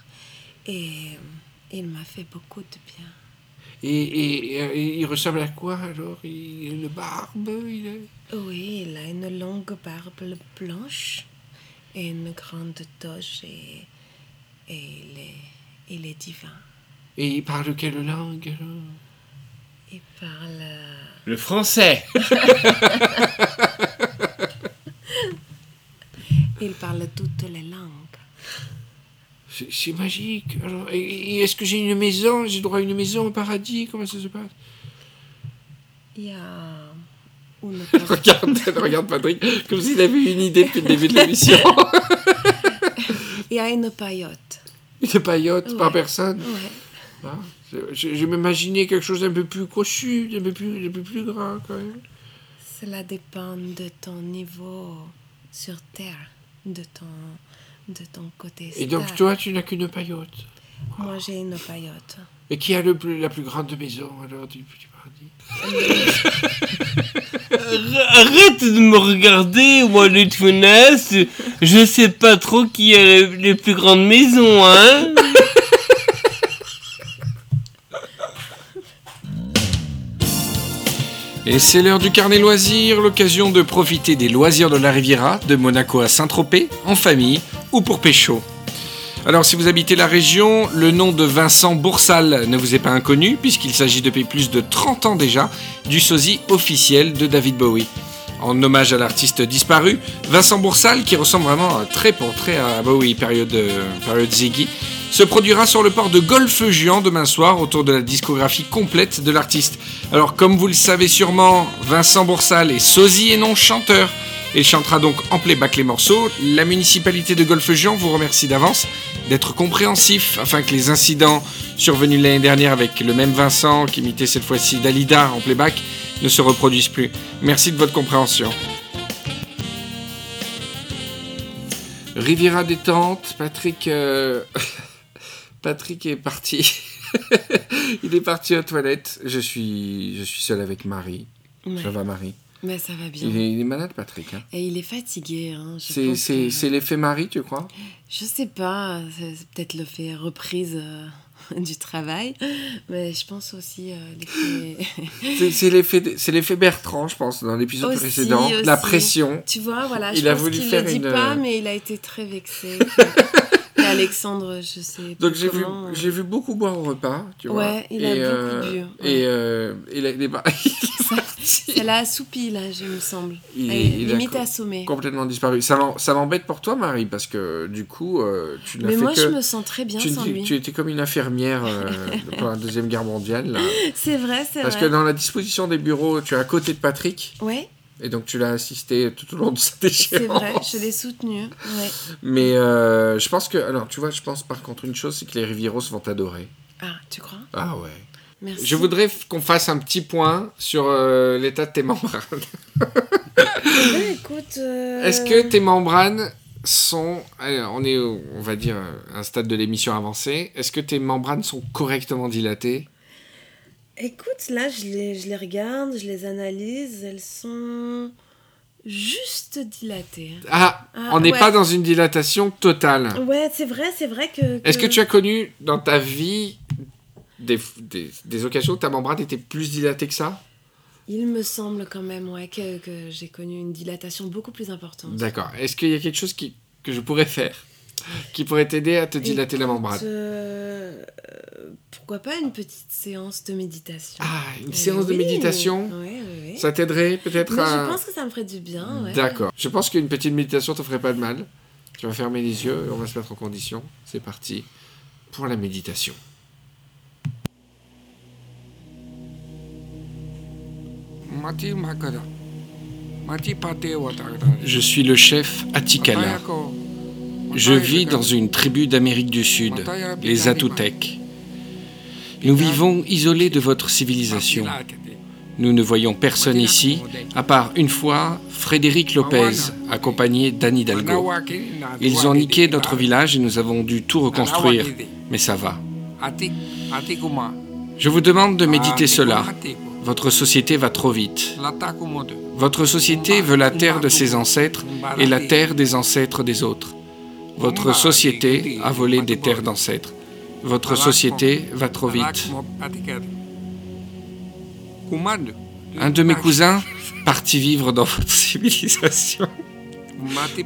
S3: et euh, il m'a fait beaucoup de bien.
S2: Et, et- et- et il ressemble à quoi alors Il a une barbe il a-
S3: Oui, il a une longue barbe blanche et une grande toche et, et il, est, il est divin.
S2: Et il parle quelle langue alors
S3: Il parle... euh,
S1: Le français
S3: Il parle toutes les langues.
S2: C'est c'est magique. Alors, et, et est-ce que j'ai une maison J'ai droit à une maison au paradis Comment ça se passe
S3: Il y a une
S2: Regarde, regarde Patrick, comme s'il avait une idée depuis le début de l'émission.
S3: Il y a une paillotte.
S2: Une paillote
S3: Ouais.
S2: par personne.
S3: Ouais.
S2: Ah, je, je- je m'imaginais quelque chose d'un peu plus cochu, d'un peu plus, d'un peu plus grand quand même.
S3: Cela dépend de ton niveau sur Terre, de ton, de ton côté.
S2: Et donc
S3: star.
S2: toi, tu n'as qu'une paillote.
S3: Moi, j'ai une paillotte.
S2: Et qui a le plus, la plus grande maison alors du, du paradis
S1: Arrête de me regarder, Wallet Funas Je sais pas trop qui a les, les plus grandes maisons, hein
S2: Et c'est l'heure du carnet loisirs, l'occasion de profiter des loisirs de la Riviera, de Monaco à Saint-Tropez, en famille ou pour pécho. Alors si vous habitez la région, le nom de Vincent Boursal ne vous est pas inconnu puisqu'il s'agit depuis plus de 30 ans déjà du sosie officiel de David Bowie. En hommage à l'artiste disparu, Vincent Boursal, qui ressemble vraiment euh, trait pour trait à Bowie, période, euh, période Ziggy, se produira sur le port de Golfe-Juan demain soir autour de la discographie complète de l'artiste. Alors, comme vous le savez sûrement, Vincent Boursal est sosie et non chanteur. Il chantera donc en playback les morceaux. La municipalité de Golfe-Jean vous remercie d'avance d'être compréhensif afin que les incidents survenus l'année dernière avec le même Vincent, qui imitait cette fois-ci Dalida en playback, ne se reproduisent plus. Merci de votre compréhension. Riviera détente, Patrick, euh, Patrick est parti. Il est parti aux toilettes. Je suis, je suis seul avec Marie.
S3: Ouais.
S2: Ça va, Marie.
S3: Mais ça va bien.
S2: Il est, il est malade, Patrick. hein.
S3: Et il est fatigué. Hein. Je,
S2: C'est
S3: pense
S2: c'est-
S3: que-
S2: c'est l'effet Marie, tu crois
S3: je sais pas, c'est c'est peut-être le fait reprise euh, du travail, mais je pense aussi euh, l'effet-
S2: C'est c'est l'effet de- c'est l'effet Bertrand, je pense, dans l'épisode
S3: Aussi,
S2: précédent. La
S3: aussi.
S2: pression.
S3: Tu vois, voilà,
S2: Il
S3: je
S2: a
S3: pense
S2: voulu
S3: qu'il
S2: faire
S3: le dit
S2: une- euh,
S3: pas, mais il a été très vexé. Et Alexandre, je sais
S2: Donc
S3: plus
S2: j'ai vu,
S3: comment, euh,
S2: j'ai vu beaucoup boire au repas, tu vois.
S3: Ouais, il a
S2: Et,
S3: beaucoup
S2: euh,
S3: bu, ouais.
S2: Et euh, il a- il est,
S3: Ça l'a assoupi, là, je me semble.
S2: Il-
S3: Elle est
S2: il a
S3: limite
S2: co-
S3: assommée.
S2: complètement disparu. Ça m'en- ça m'embête pour toi, Marie, parce que du coup, euh, tu n'as
S3: Mais
S2: fait
S3: moi,
S2: que...
S3: je me sens très bien
S2: tu,
S3: sans
S2: tu-
S3: lui.
S2: tu étais comme une infirmière euh, pour la Deuxième Guerre mondiale. là.
S3: C'est vrai, c'est
S2: Parce
S3: vrai.
S2: que dans la disposition des bureaux, tu es à côté de Patrick.
S3: Ouais,
S2: Et donc tu l'as assisté tout au long de sa
S3: c'est vrai,
S2: déchéance.
S3: je l'ai soutenu. Ouais.
S2: Mais euh, je pense que... Alors tu vois, je pense par contre une chose, c'est que les Rivieros vont t'adorer.
S3: Ah, tu crois
S2: Ah ouais.
S3: Merci.
S2: Je voudrais f- qu'on fasse un petit point sur euh, l'état de tes membranes.
S3: Ouais, écoute. euh,
S2: Est-ce que tes membranes sont... alors, on est, au- on va dire, euh, à un stade de l'émission avancée. Est-ce que tes membranes sont correctement dilatées
S3: Écoute, là, je les, je les regarde, je les analyse, elles sont juste dilatées.
S2: Ah,
S3: Ah,
S2: on n'est
S3: ouais.
S2: pas dans une dilatation totale.
S3: Ouais, c'est vrai, c'est vrai que.
S2: Est-ce que tu as connu dans ta vie des, des- des occasions où ta membrane était plus dilatée que ça
S3: Il me semble quand même, ouais, que, que j'ai connu une dilatation beaucoup plus importante.
S2: D'accord. Est-ce qu'il y a quelque chose qui, que je pourrais faire qui pourrait t'aider à te dilater la membrane
S3: Euh, euh, pourquoi pas une petite séance de méditation
S2: Ah, une
S3: Euh,
S2: séance de
S3: oui,
S2: méditation
S3: Ouais, ouais, ouais.
S2: Ça t'aiderait peut-être
S3: Mais
S2: à...
S3: Je pense que ça me ferait du bien, ouais.
S2: D'accord. Je pense qu'une petite méditation te ferait pas de mal. Tu vas fermer les yeux et on va se mettre en condition. C'est parti pour la méditation. Je suis le chef Atikala. Je vis dans une tribu d'Amérique du Sud, les Atotecs. Nous vivons isolés de votre civilisation. Nous ne voyons personne ici, à part une fois Frédéric Lopez, accompagné d'Anne Hidalgo. Ils ont niqué notre village et nous avons dû tout reconstruire, mais ça va. Je vous demande de méditer cela. Votre société va trop vite. Votre société veut la terre de ses ancêtres et la terre des ancêtres des autres. Votre société a volé des terres d'ancêtres. Votre société va trop vite. Un de mes cousins, parti vivre dans votre civilisation,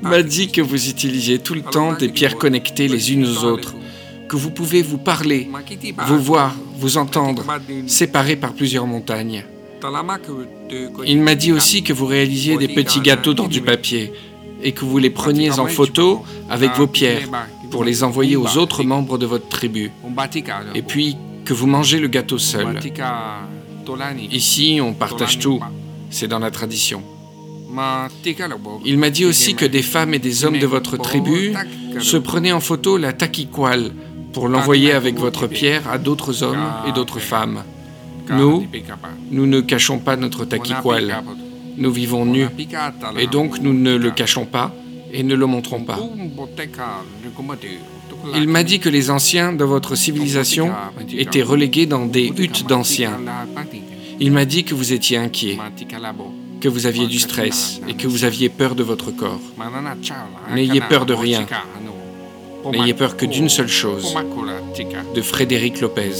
S2: m'a dit que vous utilisiez tout le temps des pierres connectées les unes aux autres, que vous pouvez vous parler, vous voir, vous entendre, séparés par plusieurs montagnes. Il m'a dit aussi que vous réalisiez des petits gâteaux dans du papier et que vous les preniez en photo avec vos pierres pour les envoyer aux autres membres de votre tribu. Et puis que vous mangez le gâteau seul. Ici, on partage tout. C'est dans la tradition. Il m'a dit aussi que des femmes et des hommes de votre tribu se prenaient en photo la takikwal pour l'envoyer avec votre pierre à d'autres hommes et d'autres femmes. Nous, nous ne cachons pas notre takikwal. Nous vivons nus. Et donc nous ne le cachons pas et ne le montrons pas. Il m'a dit que les anciens de votre civilisation étaient relégués dans des huttes d'anciens. Il m'a dit que vous étiez inquiet, que vous aviez du stress et que vous aviez peur de votre corps. N'ayez peur de rien. N'ayez peur que d'une seule chose, de Frédéric Lopez.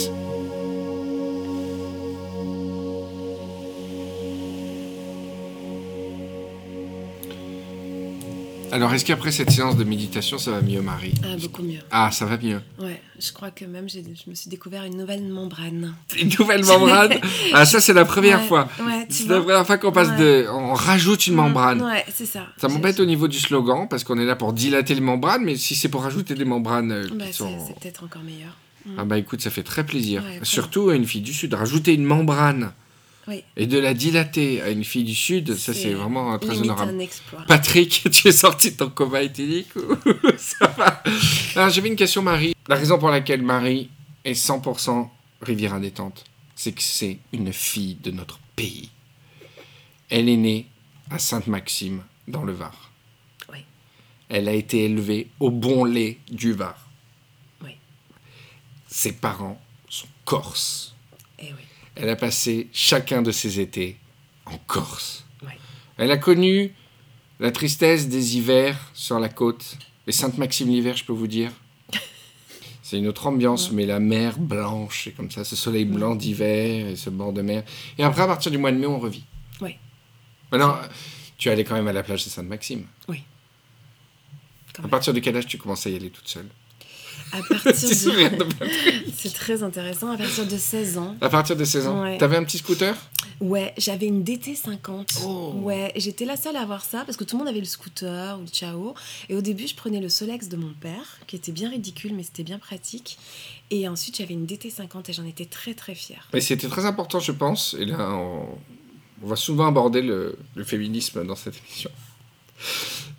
S2: Alors, est-ce qu'après cette séance de méditation, ça va mieux, Marie
S3: Ah, beaucoup mieux.
S2: Ah, ça va mieux.
S3: Ouais, je crois que même j'ai- je me suis découvert une nouvelle membrane.
S2: Une nouvelle membrane Ah, ça, c'est la première
S3: Ouais,
S2: fois.
S3: ouais, tu
S2: C'est
S3: vois. Mm,
S2: la première fois qu'on passe de. On rajoute une membrane.
S3: Ouais, c'est ça.
S2: Ça m'embête au niveau du slogan, parce qu'on est là pour dilater les membranes, mais si c'est pour rajouter des membranes euh, qui
S3: Bah, c'est
S2: sont.
S3: c'est peut-être encore meilleur.
S2: Ah, bah écoute, ça fait très plaisir.
S3: Ouais, vraiment.
S2: Surtout à une fille du Sud, rajouter une membrane
S3: Oui.
S2: et de la dilater à une fille du Sud, ça, c'est vraiment euh, très
S3: limite
S2: honorable.
S3: un exploit.
S2: Patrick, tu es sorti de ton coma éthylique ou ça va Alors j'avais une question Marie. La raison pour laquelle Marie est 100% Rivière Indétente, c'est que c'est une fille de notre pays. Elle est née à Sainte-Maxime, dans le Var.
S3: Oui.
S2: Elle a été élevée au bon lait du Var.
S3: Oui.
S2: Ses parents sont corses.
S3: Eh oui.
S2: Elle a passé chacun de ses étés en Corse.
S3: Ouais.
S2: Elle a connu la tristesse des hivers sur la côte. Les Sainte-Maxime l'hiver, je peux vous dire. C'est une autre ambiance, mais la mer blanche, et comme ça, ce soleil blanc d'hiver et ce bord de mer. Et après, à partir du mois de mai, on revit.
S3: Ouais.
S2: Maintenant, tu allais quand même à la plage de Sainte-Maxime.
S3: Oui. Quand
S2: À
S3: même.
S2: partir de quel âge tu commences à y aller toute seule
S3: À
S2: Tu
S3: partir
S2: te souviens
S3: de...
S2: de-
S3: C'est très intéressant. À partir de 16 ans,
S2: À partir de 16 ans.
S3: Ouais.
S2: T'avais un petit scooter
S3: ouais, j'avais une DT 50.
S2: Oh.
S3: Ouais, j'étais la seule à avoir ça parce que tout le monde avait le scooter ou le Chao. Et au début, je prenais le Solex de mon père, qui était bien ridicule, mais c'était bien pratique. Et ensuite, j'avais une DT 50 et j'en étais très très fière.
S2: Mais c'était très important, je pense. Et là, on, on va souvent aborder le, le féminisme dans cette émission.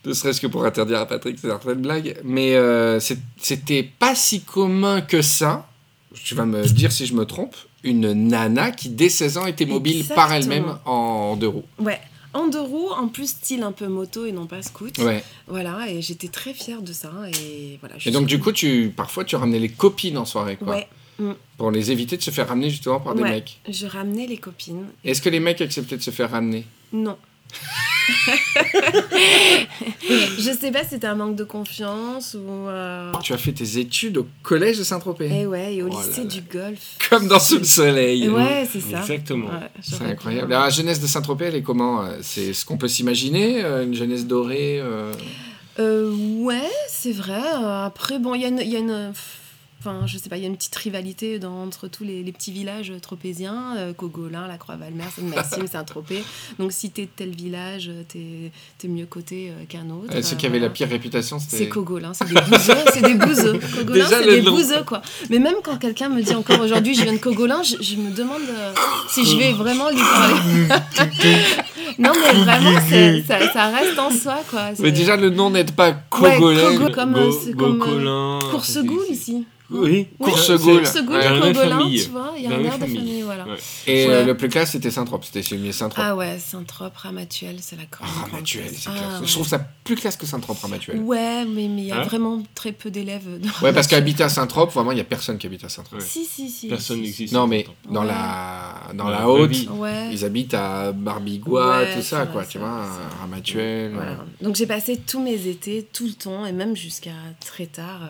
S2: Ne serait-ce que pour interdire à Patrick certaines blagues. Mais euh, c'est- c'était pas si commun que ça. Tu vas me dire si je me trompe. Une nana qui, dès 16 ans, était mobile par
S3: Exactement.
S2: elle-même en deux roues.
S3: Ouais. En deux roues, en plus style un peu moto et non pas scout.
S2: Ouais.
S3: Voilà, et j'étais très fière de ça. Et voilà. je
S2: Et donc,
S3: suis-
S2: du coup, tu, parfois, tu ramenais les copines en soirée, quoi.
S3: Ouais,
S2: Pour les éviter de se faire ramener justement par des
S3: Ouais.
S2: mecs.
S3: je ramenais les copines.
S2: Est-ce que les mecs acceptaient de se faire ramener
S3: Non. je sais pas si c'était un manque de confiance ou. euh,
S2: Ah, Tu as fait tes études au collège de Saint-Tropez.
S3: Eh ouais, et au
S2: Oh là
S3: lycée
S2: là.
S3: du golf.
S2: Comme dans sous le soleil.
S3: Et ouais, c'est ça.
S1: Exactement.
S3: Ouais,
S2: C'est
S3: j'aurais hein.
S2: incroyable. Ah.
S3: bien-
S2: Alors, la jeunesse de Saint-Tropez, elle est comment euh, C'est ce qu'on peut s'imaginer euh, Une jeunesse dorée euh,
S3: Euh, ouais, c'est vrai. euh, Après, bon, il y a une. il y a une- Enfin, je sais pas, il y a une petite rivalité dans- entre tous les, les petits villages tropéziens, euh, Cogolin, La Croix-Valmer, Sainte-Maxime, Saint-Tropez. Donc, si t'es de tel village, euh, t'es es mieux coté euh, qu'un autre.
S2: euh, Ceux
S3: euh,
S2: qui avaient la
S3: voilà.
S2: pire réputation,
S3: C'est
S2: c'était.
S3: Cogolin, c'est des bouseux, c'est des bouseux. Cogolin,
S2: Déjà,
S3: c'est
S2: le
S3: des
S2: nom.
S3: bouseux, quoi. Mais même quand quelqu'un me dit encore aujourd'hui, je viens de Cogolin, je, je me demande euh, si je vais vraiment lui parler. non, mais vraiment, c'est- ça, ça reste en soi, quoi.
S2: Mais
S3: C'est-
S2: déjà, le nom n'aide pas
S3: Ouais,
S2: congolais.
S3: Cogo- comme, euh, c'est comme, euh,
S1: Gocolin.
S3: Coursegoul, ici.
S1: Oui.
S3: Oui,
S2: Coursegoul.
S3: Coursegoul,
S1: Ouais. Dans la
S3: Cogolin,
S1: famille.
S3: tu vois, il y a
S1: Dans
S3: un
S1: la
S3: air de
S1: famille.
S3: famille, voilà.
S1: Ouais.
S2: Et
S3: Ouais.
S2: euh, le plus classe, c'était Saint-Trope. C'était celui Saint-Trope.
S3: Ah ouais, Saint-Trope, Ramatuel, c'est la
S2: Ah,
S3: grande
S2: Ramatuel,
S3: française.
S2: c'est
S3: Ah
S2: classe.
S3: ouais. Mm.
S2: Je trouve ça plus classe que Saint-Trope, Ramatuel.
S3: Ouais, mais mais il y a
S1: Hein
S3: vraiment très peu d'élèves. dans-
S2: Ouais, parce qu'habiter à Saint-Trope, vraiment, il n'y a personne qui habite à Saint-Trope.
S1: Ouais.
S3: Si, si, si.
S1: Personne
S3: si, si.
S1: n'existe.
S2: Non, mais dans
S3: Ouais.
S2: la dans
S1: Dans
S2: la
S1: la
S2: haute.
S1: vraie vie.
S3: Ouais.
S2: Ils habitent à Barbigua,
S3: Ouais,
S2: tout ça,
S3: c'est
S2: quoi,
S3: vrai,
S2: tu
S3: c'est
S2: vois,
S3: vrai, c'est
S2: Ramatuel.
S3: Voilà. Donc j'ai passé tous mes étés, tout le temps, et même jusqu'à très tard. euh,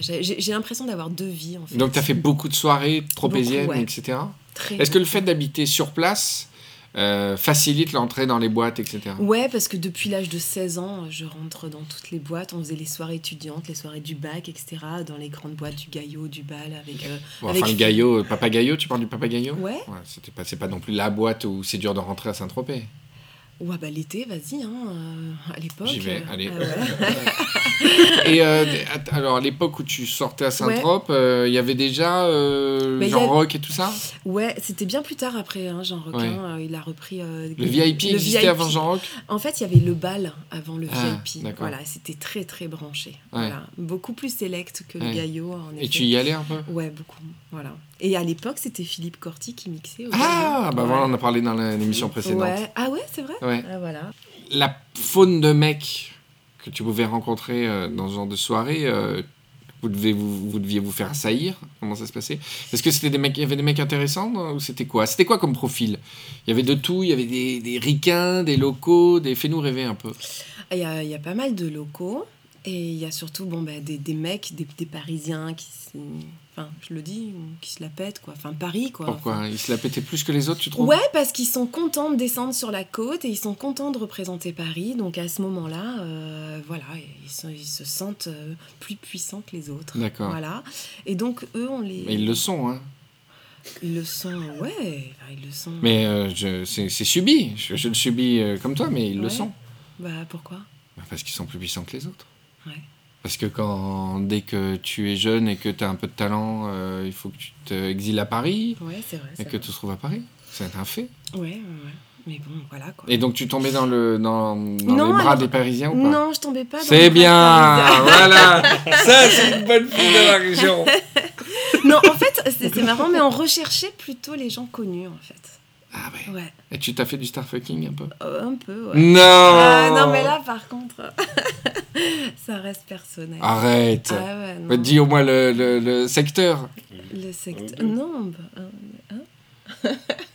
S3: j'ai- j'ai j'ai l'impression d'avoir deux vies en fait.
S2: Donc, tu as fait beaucoup de soirées tropéziennes,
S3: Beaucoup, ouais.
S2: etc.
S3: Très
S2: Est-ce que le fait d'habiter sur place euh, facilite l'entrée dans les boîtes, etc.
S3: Ouais, parce que depuis l'âge de 16 ans, je rentre dans toutes les boîtes. On faisait les soirées étudiantes, les soirées du bac, etc. Dans les grandes boîtes du Gaillot, du Bal, avec. euh,
S2: Bon,
S3: avec
S2: enfin, le Gaillot, euh, Papa Gaillot, tu parles du Papa Gaillot
S3: Ouais.
S2: Ouais, c'était pas, c'est pas non plus la boîte où c'est dur de rentrer à Saint-Tropez.
S3: Ouais, bah l'été, vas-y, hein, euh, à l'époque.
S2: J'y vais,
S3: euh,
S2: allez.
S3: ah ouais.
S2: Et euh, att- alors, à l'époque où tu sortais à Saint-Trope, euh, il y avait déjà euh,
S3: Mais il y
S2: Jean
S3: a-
S2: Rock et tout ça
S3: Ouais, c'était bien plus tard après, hein, Jean Requin.
S2: Ouais.
S3: euh, il a repris. euh,
S2: Le VIP existait
S3: VIP.
S2: avant Jean Rock
S3: En fait, il y avait le bal avant le
S2: Ah,
S3: VIP.
S2: d'accord.
S3: Voilà, c'était très très branché.
S2: Ouais.
S3: Voilà. Beaucoup plus select que
S2: Ouais.
S3: le Gaillot, en effet.
S2: Et tu y allais un peu
S3: Ouais, beaucoup. Voilà. Et à l'époque, c'était Philippe Corti qui mixait. au
S2: Ah,
S3: Gaillot.
S2: bah
S3: Ouais.
S2: voilà, on en a parlé dans la- l'émission précédente.
S3: Ouais. Ah ouais, c'est vrai
S2: Ouais.
S3: Ah voilà.
S2: La faune de mecs que tu pouvais rencontrer euh, dans ce genre de soirée, euh, vous, devez, vous, vous deviez vous faire assaillir Comment ça se passait Est-ce que c'était des mecs, il y avait des mecs intéressants non ou c'était quoi C'était quoi comme profil Il y avait de tout, il y avait des, des ricains, des locaux, des fais-nous rêver un peu.
S3: Il y, a- il y a pas mal de locaux. Et il y a surtout bon, bah, des, des mecs, des, des Parisiens qui se... Enfin, je le dis, qui se la pètent, quoi. Enfin, Paris, quoi.
S2: Pourquoi hein. Ils se la pétaient plus que les autres, tu trouves
S3: Ouais, parce qu'ils sont contents de descendre sur la côte et ils sont contents de représenter Paris. Donc à ce moment-là, euh, voilà, ils, sont- ils se sentent euh, plus puissants que les autres.
S2: D'accord.
S3: Voilà. Et donc eux, on les.
S2: Mais ils le sont, hein.
S3: Ils le sont, ouais. enfin, ils le sont.
S2: Mais euh, je- c'est c'est subi. Je, je le subis euh, comme toi, mais ils le
S3: Ouais.
S2: sont.
S3: Bah pourquoi
S2: Bah, Parce qu'ils sont plus puissants que les autres.
S3: Ouais.
S2: Parce que quand, dès que tu es jeune et que tu as un peu de talent, euh, il faut que tu t'exiles à Paris
S3: Ouais, c'est vrai.
S2: et
S3: c'est
S2: que
S3: vrai.
S2: tu te trouves à Paris. C'est un fait.
S3: Ouais, ouais, ouais. Mais bon, voilà quoi.
S2: Et donc tu tombais dans, le, dans, dans
S3: Non,
S2: les bras
S3: alors-
S2: des Parisiens ou pas
S3: Non, je tombais pas. dans
S2: C'est
S3: le
S2: bien
S3: Paris.
S2: Voilà Ça, c'est une bonne fille de la région
S3: Ah Non, en fait, c'est c'est marrant, mais on recherchait plutôt les gens connus, en fait.
S2: Ah ouais.
S3: Ouais,
S2: Et tu t'as fait du starfucking un peu
S3: Euh, un peu. Ouais.
S2: Non
S3: Ah, non, mais là, par contre, ça reste personnel.
S2: Arrête
S3: Ah ouais, non.
S2: Bah, Dis Mm, au moins le, le- le secteur.
S3: Le secteur. Non, bah, euh, hein.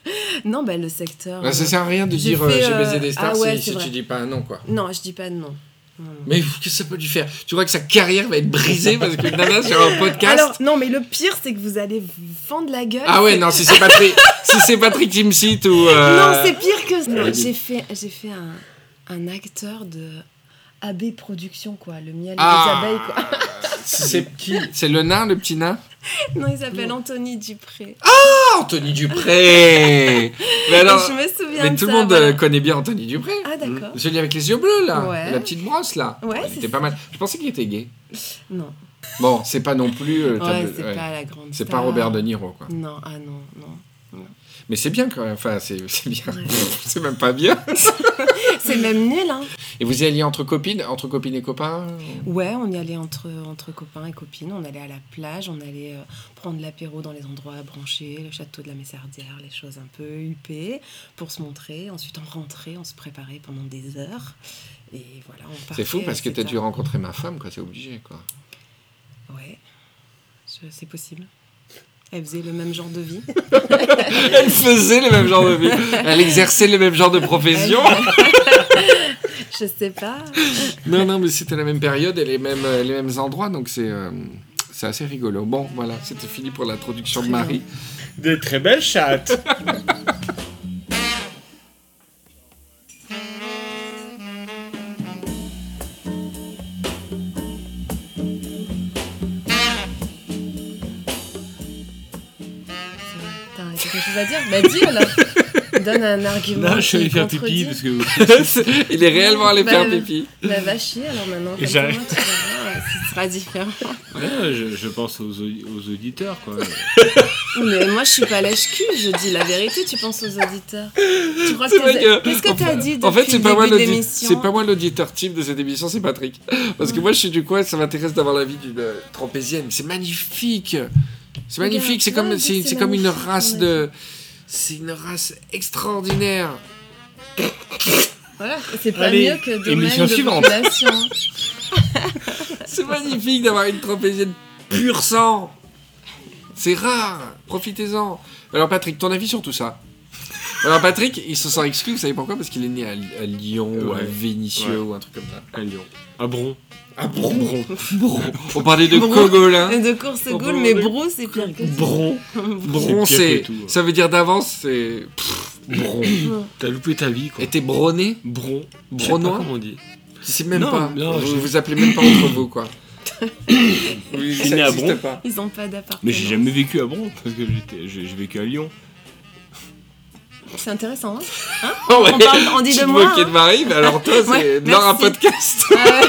S3: non, bah, le secteur.
S2: Bah, ça
S3: euh,
S2: sert à rien de
S3: j'ai
S2: dire euh,
S3: fait,
S2: j'ai
S3: euh,
S2: baisé des stars
S3: ah ouais,
S2: si, si
S3: c'est
S2: tu
S3: vrai.
S2: dis pas un nom quoi.
S3: Non, je dis pas de nom. Non, non.
S2: Mais qu'est-ce que ça peut lui faire Tu vois que sa carrière va être brisée parce que Nana sur un podcast.
S3: Alors, non, mais le pire, c'est que vous allez vous fendre la gueule.
S2: ah ouais, non, si c'est Patrick, si c'est Patrick Timsit ou. euh,
S3: Non, c'est pire que ça.
S2: euh,
S3: Non, J'ai fait, j'ai fait un, un acteur de AB Productions, quoi. Le miel et
S2: Ah.
S3: les abeilles, quoi.
S2: si c'est qui C'est le nain, le petit nain
S3: Non, il s'appelle Anthony Dupré.
S2: Ah, Anthony Dupré Mais alors.
S3: je me souviens
S2: Mais
S3: de
S2: tout le
S3: ça,
S2: monde
S3: voilà.
S2: euh, connaît bien Anthony Dupré.
S3: Ah, d'accord.
S2: Celui avec les yeux bleus là,
S3: Ouais.
S2: la petite brosse là.
S3: Ouais,
S2: Il
S3: c'est
S2: était
S3: ça.
S2: pas mal. Je pensais qu'il était gay.
S3: Non.
S2: Bon, c'est pas non plus. euh, t'as
S3: Ouais,
S2: de-
S3: c'est
S2: ouais.
S3: pas la grande.
S2: C'est pas
S3: star.
S2: Robert De Niro quoi.
S3: Non, ah non, non.
S2: Mais c'est bien quand même. Enfin, c'est c'est bien.
S3: Ouais.
S2: c'est même pas bien.
S3: C'est même nul, hein.
S2: Et vous y alliez entre copines, entre copines et copains
S3: Ouais, on y allait entre, entre copains et copines. On allait à la plage, on allait euh, prendre l'apéro dans les endroits branchés, le château de la Messardière, les choses un peu huppées, pour se montrer. Ensuite, on rentrait, on se préparait pendant des heures. Et voilà, on partait.
S2: C'est fou parce que t'as
S3: etc.
S2: dû rencontrer ma femme, quoi. C'est obligé, quoi.
S3: Ouais, Je- c'est possible. Elle faisait le même genre de vie.
S2: Elle faisait le même genre de vie. Elle exerçait le même genre de profession.
S3: Je sais pas.
S2: non, non, mais c'était la même période et les mêmes, euh, les mêmes endroits, donc c'est. euh, C'est assez rigolo. Bon, voilà, c'était fini pour l'introduction de
S3: Très
S2: Marie.
S1: Des très belles chattes
S3: C'est vrai. T'as t'as quelque chose à dire Bah dis alors. Donne un argument.
S1: Là, je suis allé
S3: qui
S1: faire pipi
S3: contredit.
S1: parce que.
S2: Il est réellement allé
S3: Bah,
S2: faire
S3: euh,
S2: pipi.
S3: Bah va chier alors maintenant.
S1: Et
S3: Comme ça,
S1: j'arrive.
S3: moi, tu verras, euh, Ce sera différent.
S1: Ouais, je, je pense aux, au- aux auditeurs, quoi.
S3: Mais moi, je suis pas lèche-cul, je dis la vérité, tu penses aux auditeurs. Tu crois que
S2: C'est vrai
S3: t'as-
S2: que-
S3: Qu'est-ce que t'as dit depuis
S2: En fait, c'est
S3: le
S2: pas, moi
S3: début de
S2: l'audi-
S3: l'émission
S2: c'est pas moi l'auditeur type de cette émission, c'est Patrick. Parce que moi, je suis du coin, ça m'intéresse d'avoir l'avis d'une euh, trapézienne. C'est magnifique. C'est
S3: Regarde,
S2: magnifique. C'est
S3: ouais,
S2: comme,
S3: regarde,
S2: c'est,
S3: c'est
S2: c'est comme une
S3: magnifique,
S2: race
S3: ouais.
S2: de. C'est une race extraordinaire.
S3: Voilà, c'est pas
S1: Allez,
S3: mieux que
S1: émission
S3: domaine de
S1: suivante.
S3: population.
S2: C'est magnifique d'avoir une trapézienne pur sang. C'est rare. Profitez-en. Alors, Patrick, ton avis sur tout ça Alors, Patrick, il se sent exclu, vous savez pourquoi Parce qu'il est né à, Li- à Lyon ou à
S1: Ouais.
S2: Vénissieux
S1: Ouais.
S2: ou un truc comme ça.
S1: à Lyon. À Ah, Bron.
S2: À Bron. On parlait de
S3: Bron.
S2: Cogolin.
S3: De course
S1: Oh,
S3: Gaulle,
S1: bon,
S3: mais
S1: le-
S3: Brou, c'est pire que ça.
S2: Bron. Bron,
S1: C'est pire
S2: c'est.
S1: que tout.
S2: Ça veut dire d'avance, c'est. Pff, Bron.
S1: T'as loupé ta vie, quoi.
S2: Et t'es bronné
S1: Bron. Je sais pas
S2: Bronois
S1: comment on dit.
S2: Tu sais même
S1: Non,
S2: pas.
S1: non,
S2: vous
S1: je-
S2: vous appelez même pas entre vous, quoi. oui,
S1: suis né à Bron.
S2: pas.
S3: Ils ont pas d'appartement.
S1: Mais j'ai jamais vécu à Bron, parce que j'étais- j'ai j'ai vécu à Lyon.
S3: C'est intéressant, hein
S2: Oh,
S3: On parle- on dit
S2: tu
S3: de
S2: te
S3: moi,
S2: moquais
S3: hein.
S2: de Marie, mais alors toi, c'est
S3: Ouais,
S2: dans un
S3: merci.
S2: podcast.
S3: Ah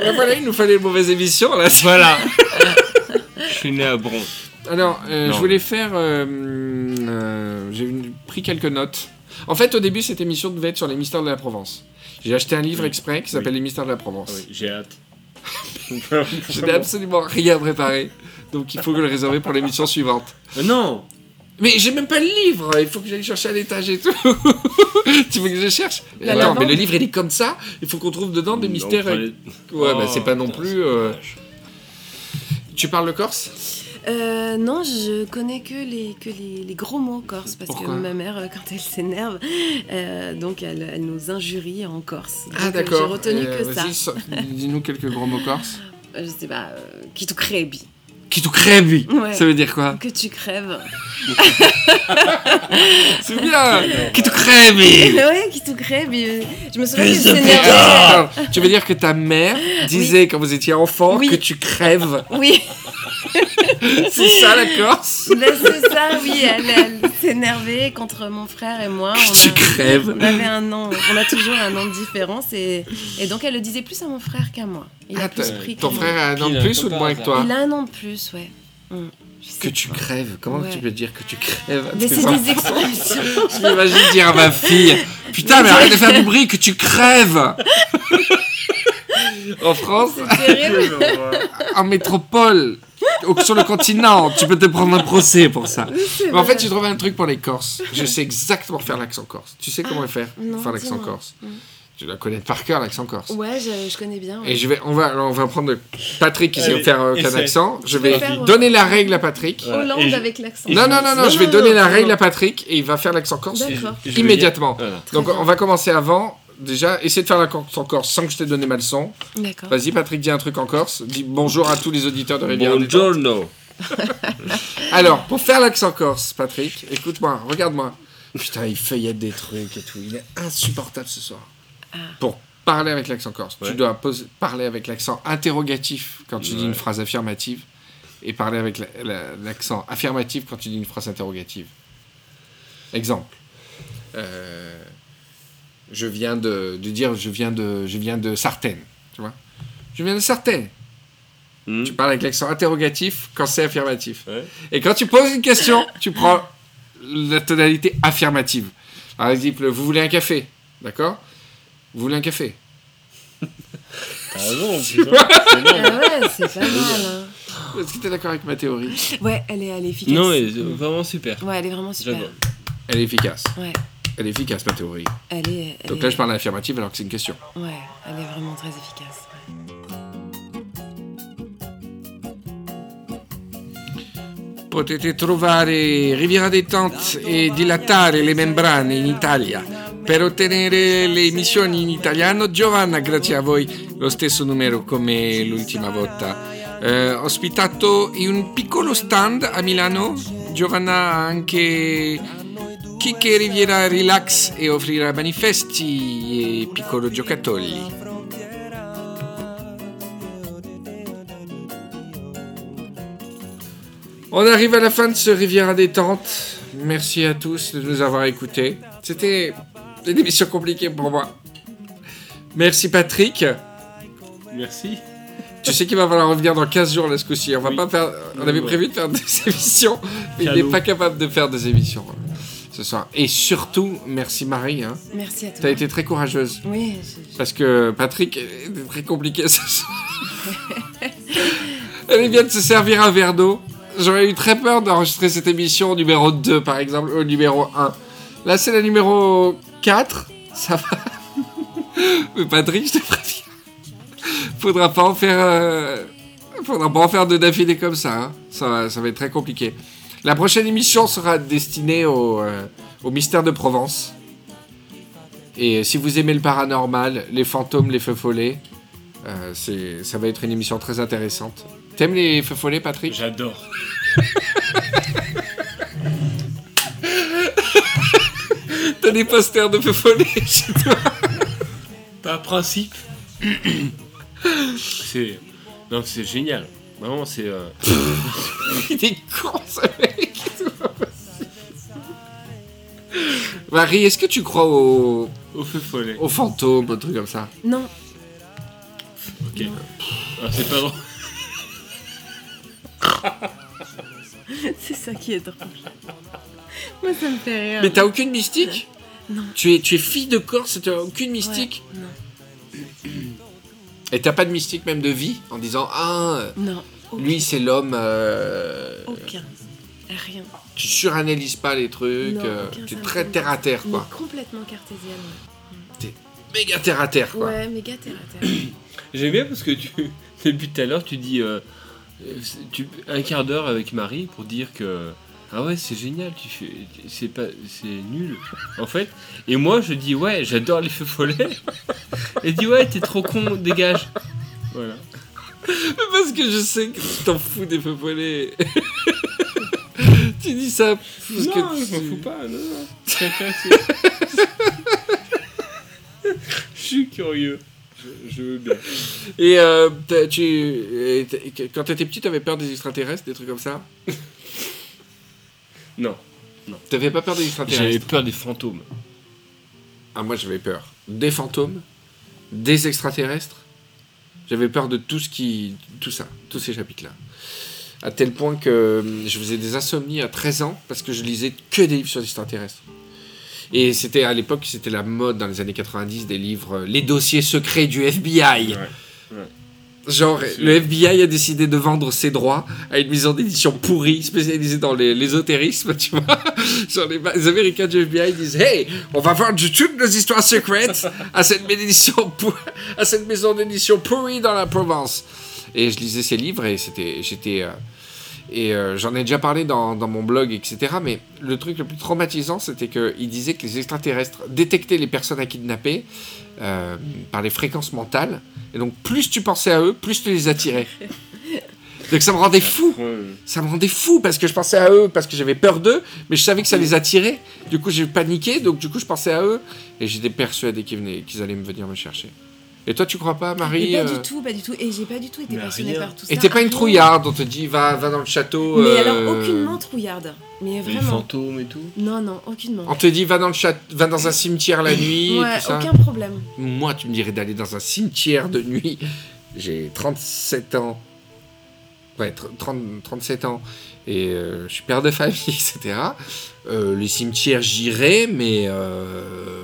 S3: ouais.
S2: Ouais, voilà, il nous fallait une mauvaise émission, là.
S1: Voilà Je suis né à Bron.
S2: Alors, euh,
S1: Non.
S2: je voulais faire. euh, euh, J'ai une- pris quelques notes. En fait, au début, cette émission devait être sur les mystères de la Provence. J'ai acheté un livre
S1: Oui.
S2: exprès qui s'appelle Les mystères de la Provence.
S1: Ah Oui, j'ai hâte.
S2: Je n'ai absolument rien préparé, donc il faut que le réserver pour l'émission suivante.
S1: Ah Non
S2: Mais j'ai même pas le livre, il faut que j'aille chercher à l'étage et tout. tu veux que je cherche
S3: La
S2: Non,
S3: lavande.
S2: mais le livre il est comme ça, il faut qu'on trouve dedans des
S1: Non,
S2: mystères.
S1: on parlait-
S2: Ouais,
S1: Oh,
S2: bah c'est pas non
S1: putain,
S2: plus.
S1: c'est
S2: euh,
S1: dommage.
S2: Tu parles le corse
S3: Euh, non, je connais que les, que les, les gros mots corse parce
S2: Pourquoi
S3: que ma mère, euh, quand elle s'énerve, euh, donc elle, elle nous injurie en corse. Donc, euh, J'ai retenu
S2: Ah, Euh,
S3: que ça.
S2: vas-y, so- Dis-nous quelques gros mots corse.
S3: Euh, Je sais pas, euh, qui te crèbe,
S2: Qui tout crève, lui
S3: Ouais.
S2: Ça veut dire quoi
S3: que tu crèves.
S2: C'est bien Qui tout crève lui
S3: ouais, qui te crève. euh, Je me souviens qu'elle
S2: Fils de
S3: s'énervait.
S2: Attends, Tu veux dire que ta mère disait quand vous étiez enfant
S3: Oui.
S2: que tu crèves
S3: Oui,
S2: C'est ça la Corse
S3: là, c'est ça, oui, elle, elle s'énervait contre mon frère et moi.
S2: Que
S3: On
S2: tu
S3: a-
S2: crèves
S3: On avait un nom, on a toujours un nom de différence et, et donc elle le disait plus à mon frère qu'à moi. Il a
S2: Ah,
S3: plus
S2: t'as-
S3: pris que
S2: Ton
S3: moi.
S2: frère a un an de
S1: Pile,
S2: plus ou de
S1: comme
S2: moins
S1: par
S2: que toi
S3: Il a un an de plus, ouais. Mm. Je sais
S2: Que tu
S3: pas.
S2: crèves Comment
S3: Ouais.
S2: tu peux dire que tu crèves à
S3: Mais
S2: tes
S3: c'est
S2: enfants
S3: des expressions.
S2: Je m'imagine dire à ma fille Putain, mais arrête de faire du bruit, que tu crèves En France,
S3: C'est terrible.
S2: en métropole, au- sur le continent, tu peux te prendre un procès pour ça.
S3: C'est
S2: Mais en
S3: vrai.
S2: fait, j'ai trouvé un truc pour les Corses. Je sais exactement faire l'accent corse. Tu sais comment faire
S3: Ah. non,
S2: Faire l'accent
S3: dis-moi.
S2: corse.
S3: Mm.
S2: Tu dois connaître par cœur l'accent corse.
S3: Ouais, je, je connais bien. ouais.
S2: Et je vais, on va, alors, on va prendre Patrick qui sait
S1: Allez,
S2: faire euh, qu'un
S1: essaie.
S2: accent. Je
S3: Tu vas
S2: vais
S3: faire, euh,
S2: donner la règle à Patrick.
S1: Ouais.
S3: Hollande
S1: Et je-
S3: avec l'accent.
S2: Non, non, non, non, je vais
S3: non,
S2: donner la
S3: non,
S2: règle
S3: non.
S2: à Patrick et il va faire l'accent corse.
S1: Et je-
S3: D'accord.
S1: je vais
S2: Immédiatement.
S1: dire- voilà.
S2: Donc
S3: Très bien.
S2: on va commencer avant. Déjà, essaie de faire l'accent corse sans que je t'ai donné ma leçon.
S3: D'accord.
S2: Vas-y, Patrick, dis un truc en corse. Dis bonjour à tous les auditeurs de Rivière.
S1: Buongiorno
S2: Alors, pour faire l'accent corse, Patrick, écoute-moi, regarde-moi. Putain, il feuillette des trucs et tout. Il est insupportable ce soir. Pour parler avec l'accent corse,
S1: Ouais.
S2: tu dois poser- parler avec l'accent interrogatif quand tu dis une
S1: Ouais.
S2: phrase affirmative et parler avec la- la- l'accent affirmatif quand tu dis une phrase interrogative. Exemple. Euh, je viens de, de dire je viens de je viens de Sartène, tu vois. Je viens de Sartène.
S1: Hmm.
S2: Tu parles avec l'accent interrogatif quand c'est affirmatif.
S1: Ouais.
S2: Et quand tu poses une question, tu prends la tonalité affirmative. Par exemple, vous voulez un café, d'accord Vous voulez un café
S1: T'as raison, Ah putain, c'est bon.
S3: Ah ouais, c'est pas mal. hein.
S2: Est-ce que t'es d'accord avec ma théorie
S3: Ouais, elle est, elle est efficace.
S1: Non, mais c'est vraiment super.
S3: Ouais, elle est vraiment super.
S1: J'adore.
S2: Elle est efficace.
S3: Ouais,
S2: Elle est efficace, ma théorie.
S3: elle est. elle
S2: Donc
S3: est-
S2: là, je parle à l'affirmative alors que c'est une question.
S3: Ouais, elle est vraiment très efficace. ouais.
S2: Potete trovare Riviera Détente e dilatare le membrane in Italia. Per ottenere le emissioni in italiano, Giovanna, grazie a voi, lo stesso numero come l'ultima volta. Eh, ospitato in un piccolo stand a Milano, Giovanna ha anche Chicche Riviera Relax e offrirà manifesti e piccolo giocattoli. On arrive à la fin de ce Riviera détente. Merci à tous de nous avoir écoutés. C'était une émission compliquée pour moi. Merci Patrick.
S1: Merci.
S2: Tu sais qu'il va falloir revenir dans 15 jours là ce coup-ci. On va
S1: Oui.
S2: pas faire. On avait
S1: Ouais.
S2: prévu de faire des émissions, mais il
S1: Cadeau.
S2: n'est pas capable de faire des émissions euh, ce soir. Et surtout, merci Marie. Hein.
S3: Merci à toi.
S2: T'as été très courageuse.
S3: Oui, je-
S2: Parce que Patrick est très compliqué ce soir. Elle vient de se servir un verre d'eau. J'aurais eu très peur d'enregistrer cette émission au numéro 2, par exemple, au numéro 1. Là, c'est la numéro 4. Ça va. Mais Patrick, je te préviens. Faudra pas en faire euh, Faudra pas en faire de d'affilée comme ça, hein. ça, va- ça va être très compliqué. La prochaine émission sera destinée au, euh, au mystère de Provence. Et si vous aimez le paranormal, les fantômes, les feux follets, euh, c'est- ça va être une émission très intéressante. T'aimes les feux follets, Patrick
S1: J'adore.
S2: T'as des posters de feux follets chez toi
S1: Par principe. c'est. Non, c'est génial. Vraiment, c'est. euh,
S2: Il est con, ce mec C'est pas possible. Marie, est-ce que tu crois aux,
S1: au feu follet.
S2: aux fantômes, aux trucs comme ça
S3: Non,
S1: Ok. Ah, c'est pas drôle.
S3: c'est ça qui est drôle. Moi, ça me fait rire.
S2: Mais t'as aucune mystique
S3: Ah, Non.
S2: Tu es, tu es fille de Corse, t'as aucune mystique
S3: Ouais,
S2: Et t'as pas de mystique même de vie En disant, ah, euh,
S3: Non, non aucun-
S2: lui c'est l'homme, euh,
S3: aucun. Rien.
S2: tu suranalyses pas les trucs,
S3: Non,
S2: euh,
S3: aucun
S2: tu es
S3: symptôme.
S2: très terre à terre
S3: Mais
S2: quoi.
S3: complètement cartésienne. ouais.
S2: Méga terre à terre quoi.
S3: Ouais, méga terre à terre.
S1: J'aime bien parce que tu. Depuis tout à l'heure, tu dis. euh, euh, tu, un quart d'heure avec Marie pour dire que. Ah ouais, c'est génial, tu fais, c'est pas, c'est nul, en fait. Et moi, je dis ouais, j'adore les feux follets. Et dit ouais, t'es trop con, dégage. Voilà.
S2: Parce que je sais que tu t'en fous des feux follets. tu dis ça parce
S1: non,
S2: que
S1: je m'en
S2: tu-
S1: fous pas, non, non. Chacun ses- je suis curieux. Je, je veux bien.
S2: Et euh, t'as- tu, et t'as- et quand t'étais petit, t'avais peur des extraterrestres, des trucs comme ça
S1: Non.
S2: T'avais pas peur des
S1: J'avais
S2: extraterrestres
S1: peur des fantômes.
S2: Ah, moi j'avais peur. Des fantômes, des extraterrestres. J'avais peur de tout ce qui. Tout ça, tous ces chapitres-là. À tel point que euh, je faisais des insomnies à 13 ans parce que je lisais que des livres sur les extraterrestres. Et c'était à l'époque, c'était la mode dans les années 90 des livres euh, Les dossiers secrets du FBI. Genre, le FBI a décidé de vendre ses droits à une maison d'édition pourrie, spécialisée dans les- l'ésotérisme, tu vois. Genre, les, les Américains du FBI disent Hey, on va vendre toutes nos histoires secrètes à cette, maison d'édition pour- à cette maison d'édition pourrie dans la Provence. Et je lisais ces livres et c'était, j'étais. euh, et euh, j'en ai déjà parlé dans, dans mon blog, etc. Mais le truc le plus traumatisant, c'était qu'il disait que les extraterrestres détectaient les personnes à kidnapper euh, par les fréquences mentales. Et donc, plus tu pensais à eux, plus tu les attirais. Donc, ça me rendait fou. Ça me rendait fou parce que je pensais à eux, parce que j'avais peur d'eux, mais je savais que ça les attirait. Du coup, j'ai paniqué, donc du coup, je pensais à eux. Et j'étais persuadé qu'ils venaient- qu'ils allaient me venir me chercher. Et toi, tu crois pas, Marie
S3: Mais pas
S2: euh,
S3: Eh ben, du tout, pas du tout. Et j'ai pas du tout été
S1: Mais
S3: passionnée
S1: rien.
S3: par tout ça.
S2: Et t'es pas une
S3: Rien.
S2: trouillarde, on te dit, va, va dans le château.
S3: Mais
S2: euh,
S3: alors, aucunement trouillarde. Mais
S1: Les
S3: vraiment.
S1: fantômes et tout.
S3: Non, non, aucunement.
S2: On te dit, va dans, le chat, va dans un cimetière la nuit,
S3: Ouais,
S2: tout ça.
S3: aucun problème.
S2: Moi, tu me dirais d'aller dans un cimetière de nuit. J'ai 37 ans. Ouais, tr- 30, 37 ans. Et euh, je suis père de famille, etc. Euh, les cimetières, j'irai, mais euh,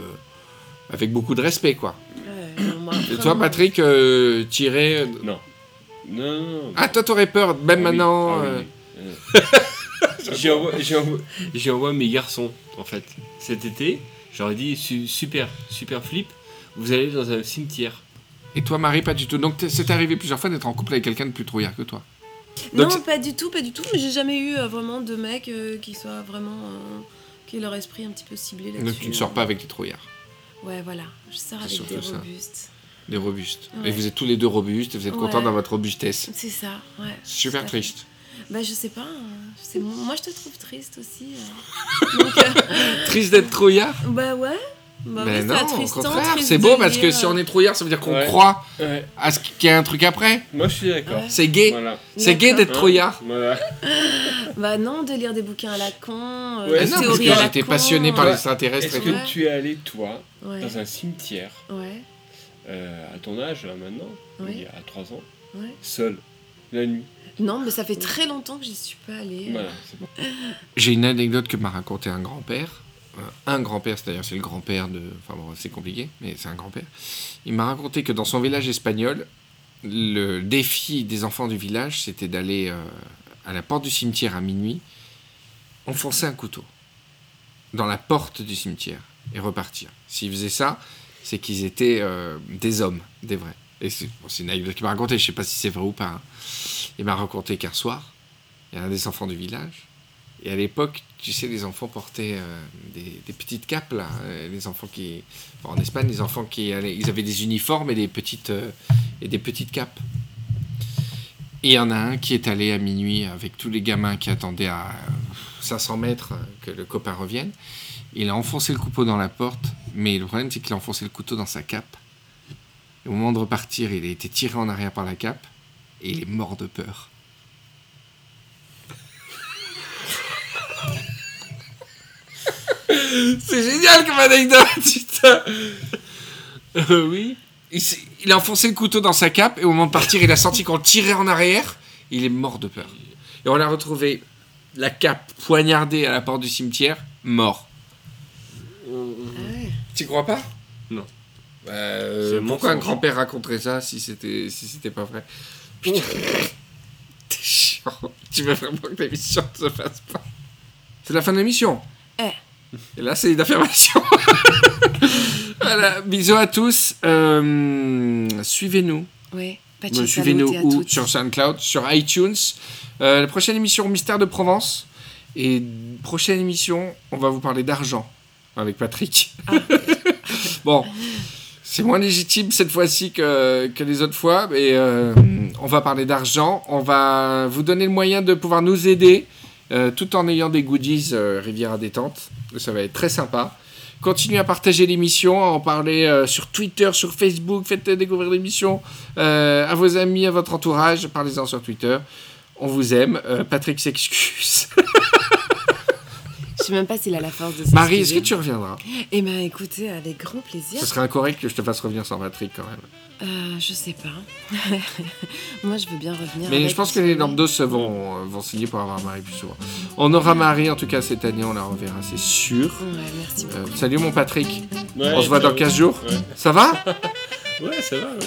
S2: avec beaucoup de respect, quoi.
S3: Ouais, non, moi,
S2: Et toi,
S3: vraiment.
S2: Patrick, euh, t'irais...
S1: Non. Non, non, non.
S2: Ah, toi, t'aurais peur, même
S1: Ah oui,
S2: maintenant...
S1: ah oui, Euh.
S2: euh,
S1: oui. J'ai envoyé- j'ai envoyé- j'ai envoyé mes garçons, en fait, cet été. J'aurais dit su- super, super flip. Vous allez dans un cimetière.
S2: Et toi, Marie, pas du tout. Donc, t'es- c'est arrivé plusieurs fois d'être en couple avec quelqu'un de plus trouillard que toi.
S3: Non,
S2: Donc,
S3: pas du tout, pas du tout. Mais j'ai jamais eu euh, vraiment de mecs euh, qui soient vraiment. euh, qui aient leur esprit un petit peu ciblé là-dessus.
S2: Donc, tu ne sors pas avec des trouillards,
S3: Ouais, voilà. Je sors
S2: C'est
S3: avec des
S2: surtout ça.
S3: robustes.
S2: des robustes.
S3: Ouais.
S2: Et vous êtes tous les deux robustes, et vous êtes
S3: Ouais.
S2: contents dans votre robustesse.
S3: C'est ça, ouais.
S2: C'est Super
S3: Tout à
S2: triste.
S3: fait. Bah, je sais pas. hein. Je sais- moi, je te trouve triste aussi. euh. Donc, euh,
S2: Triste d'être trouillard
S3: bah ouais. Bah,
S2: Mais
S3: reste
S2: non, au
S3: attristant,
S2: contraire,
S3: triste
S2: c'est
S3: de euh,
S2: beau parce que
S3: dire,
S2: si on est trouillard, ça veut dire qu'on
S1: Ouais.
S2: croit
S1: Ouais,
S2: à ce qu'il y a un truc après.
S1: moi je suis d'accord.
S3: Ouais.
S2: Ah, C'est gay.
S1: Voilà. Hein,
S2: C'est gay d'être trouillard.
S1: Voilà.
S3: Bah non, de lire des bouquins à la con. euh,
S1: Ouais,
S2: Mais
S3: des
S2: non, parce
S3: théories
S2: que
S3: à la
S2: j'étais
S3: con,
S2: passionné par les
S1: Ouais.
S2: extraterrestres
S1: Est-ce
S2: et
S3: que-
S2: tout.
S1: que tu es allé, toi,
S3: Ouais.
S1: dans un cimetière,
S3: Ouais.
S1: euh, à ton âge, là, maintenant,
S3: Oui.
S1: il y a 3 ans,
S3: Ouais.
S1: seul, la nuit
S3: Non, mais ça fait très longtemps que j'y suis pas allée.
S1: Voilà, c'est bon.
S2: J'ai une anecdote que m'a raconté un grand-père. Euh, Un grand-père, c'est-à-dire c'est le grand-père de... Enfin bon, c'est compliqué, mais c'est un grand-père. Il m'a raconté que dans son village espagnol, le défi des enfants du village, c'était d'aller euh, à la porte du cimetière à minuit, enfoncer un couteau dans la porte du cimetière et repartir. S'ils faisaient ça, c'est qu'ils étaient euh, des hommes, des vrais. et c'est bon, c'est une anecdote qu'il m'a racontée, je sais pas si c'est vrai ou pas. hein. Il m'a raconté qu'un soir, il y a un des enfants du village, et à l'époque, tu sais, les enfants portaient euh, des, des petites capes, là. euh, Les enfants qui. enfin, en Espagne, les enfants qui allaient- Ils avaient des uniformes et des petites, euh, et des petites capes. Et il y en a un qui est allé à minuit avec tous les gamins qui attendaient à euh, 500 mètres euh, que le copain revienne. Il a enfoncé le couteau dans la porte, mais le problème c'est qu'il a enfoncé le couteau dans sa cape. Et au moment de repartir, il a été tiré en arrière par la cape et il est mort de peur. C'est génial comme anecdote, putain
S1: Euh, oui.
S2: il, s'est- il a enfoncé le couteau dans sa cape et au moment de partir, il a senti qu'on le tirait en arrière. Il est mort de peur. Et on l'a retrouvé, la cape poignardée à la porte du cimetière, mort. Tu crois pas
S1: Non.
S2: Bah, euh,
S1: C'est
S2: pourquoi un
S1: mensonge.
S2: grand-père raconterait ça si c'était si c'était pas vrai Putain, t'es chiant. Tu veux vraiment que l'émission ne se fasse pas C'est la fin de l'émission.
S3: Eh.
S2: Et là, c'est une affirmation. voilà, bisous à tous. Euh, Suivez-nous.
S3: Ouais, pas de
S2: Euh,
S3: chance à nous
S2: Suivez-nous
S3: et à
S2: où
S3: toutes.
S2: sur SoundCloud, sur iTunes. Euh, la prochaine émission, Mystère de Provence. Et prochaine émission, on va vous parler d'argent avec Patrick.
S3: Ah.
S2: bon, c'est moins légitime cette fois-ci que, que les autres fois, mais euh, on va parler d'argent. On va vous donner le moyen de pouvoir nous aider euh, tout en ayant des goodies euh, Rivière à détente. Ça va être très sympa. Continuez à partager l'émission, à en parler euh, sur Twitter, sur Facebook. Faites découvrir l'émission euh, à vos amis, à votre entourage. Parlez-en sur Twitter. On vous aime. Euh, Patrick s'excuse.
S3: Je sais même pas s'il a la force de s'excuser.
S2: Marie, est-ce que tu reviendras
S3: Eh ben écoutez, avec grand plaisir.
S2: Ce serait incorrect que je te fasse revenir sans Patrick quand même.
S3: Euh, je sais pas. Moi, je veux bien revenir.
S2: Mais
S3: avec
S2: je pense que
S3: Sylvie.
S2: les Lambdos vont, euh, vont signer pour avoir Marie plus souvent. On aura Marie en tout cas cette année, on la reverra, c'est sûr.
S3: Ouais, merci beaucoup.
S2: Euh, salut mon Patrick,
S1: Ouais,
S2: on se voit dans
S1: ciao.
S2: 15 jours.
S1: Ouais.
S2: Ça va
S1: Ouais, ça va, ouais.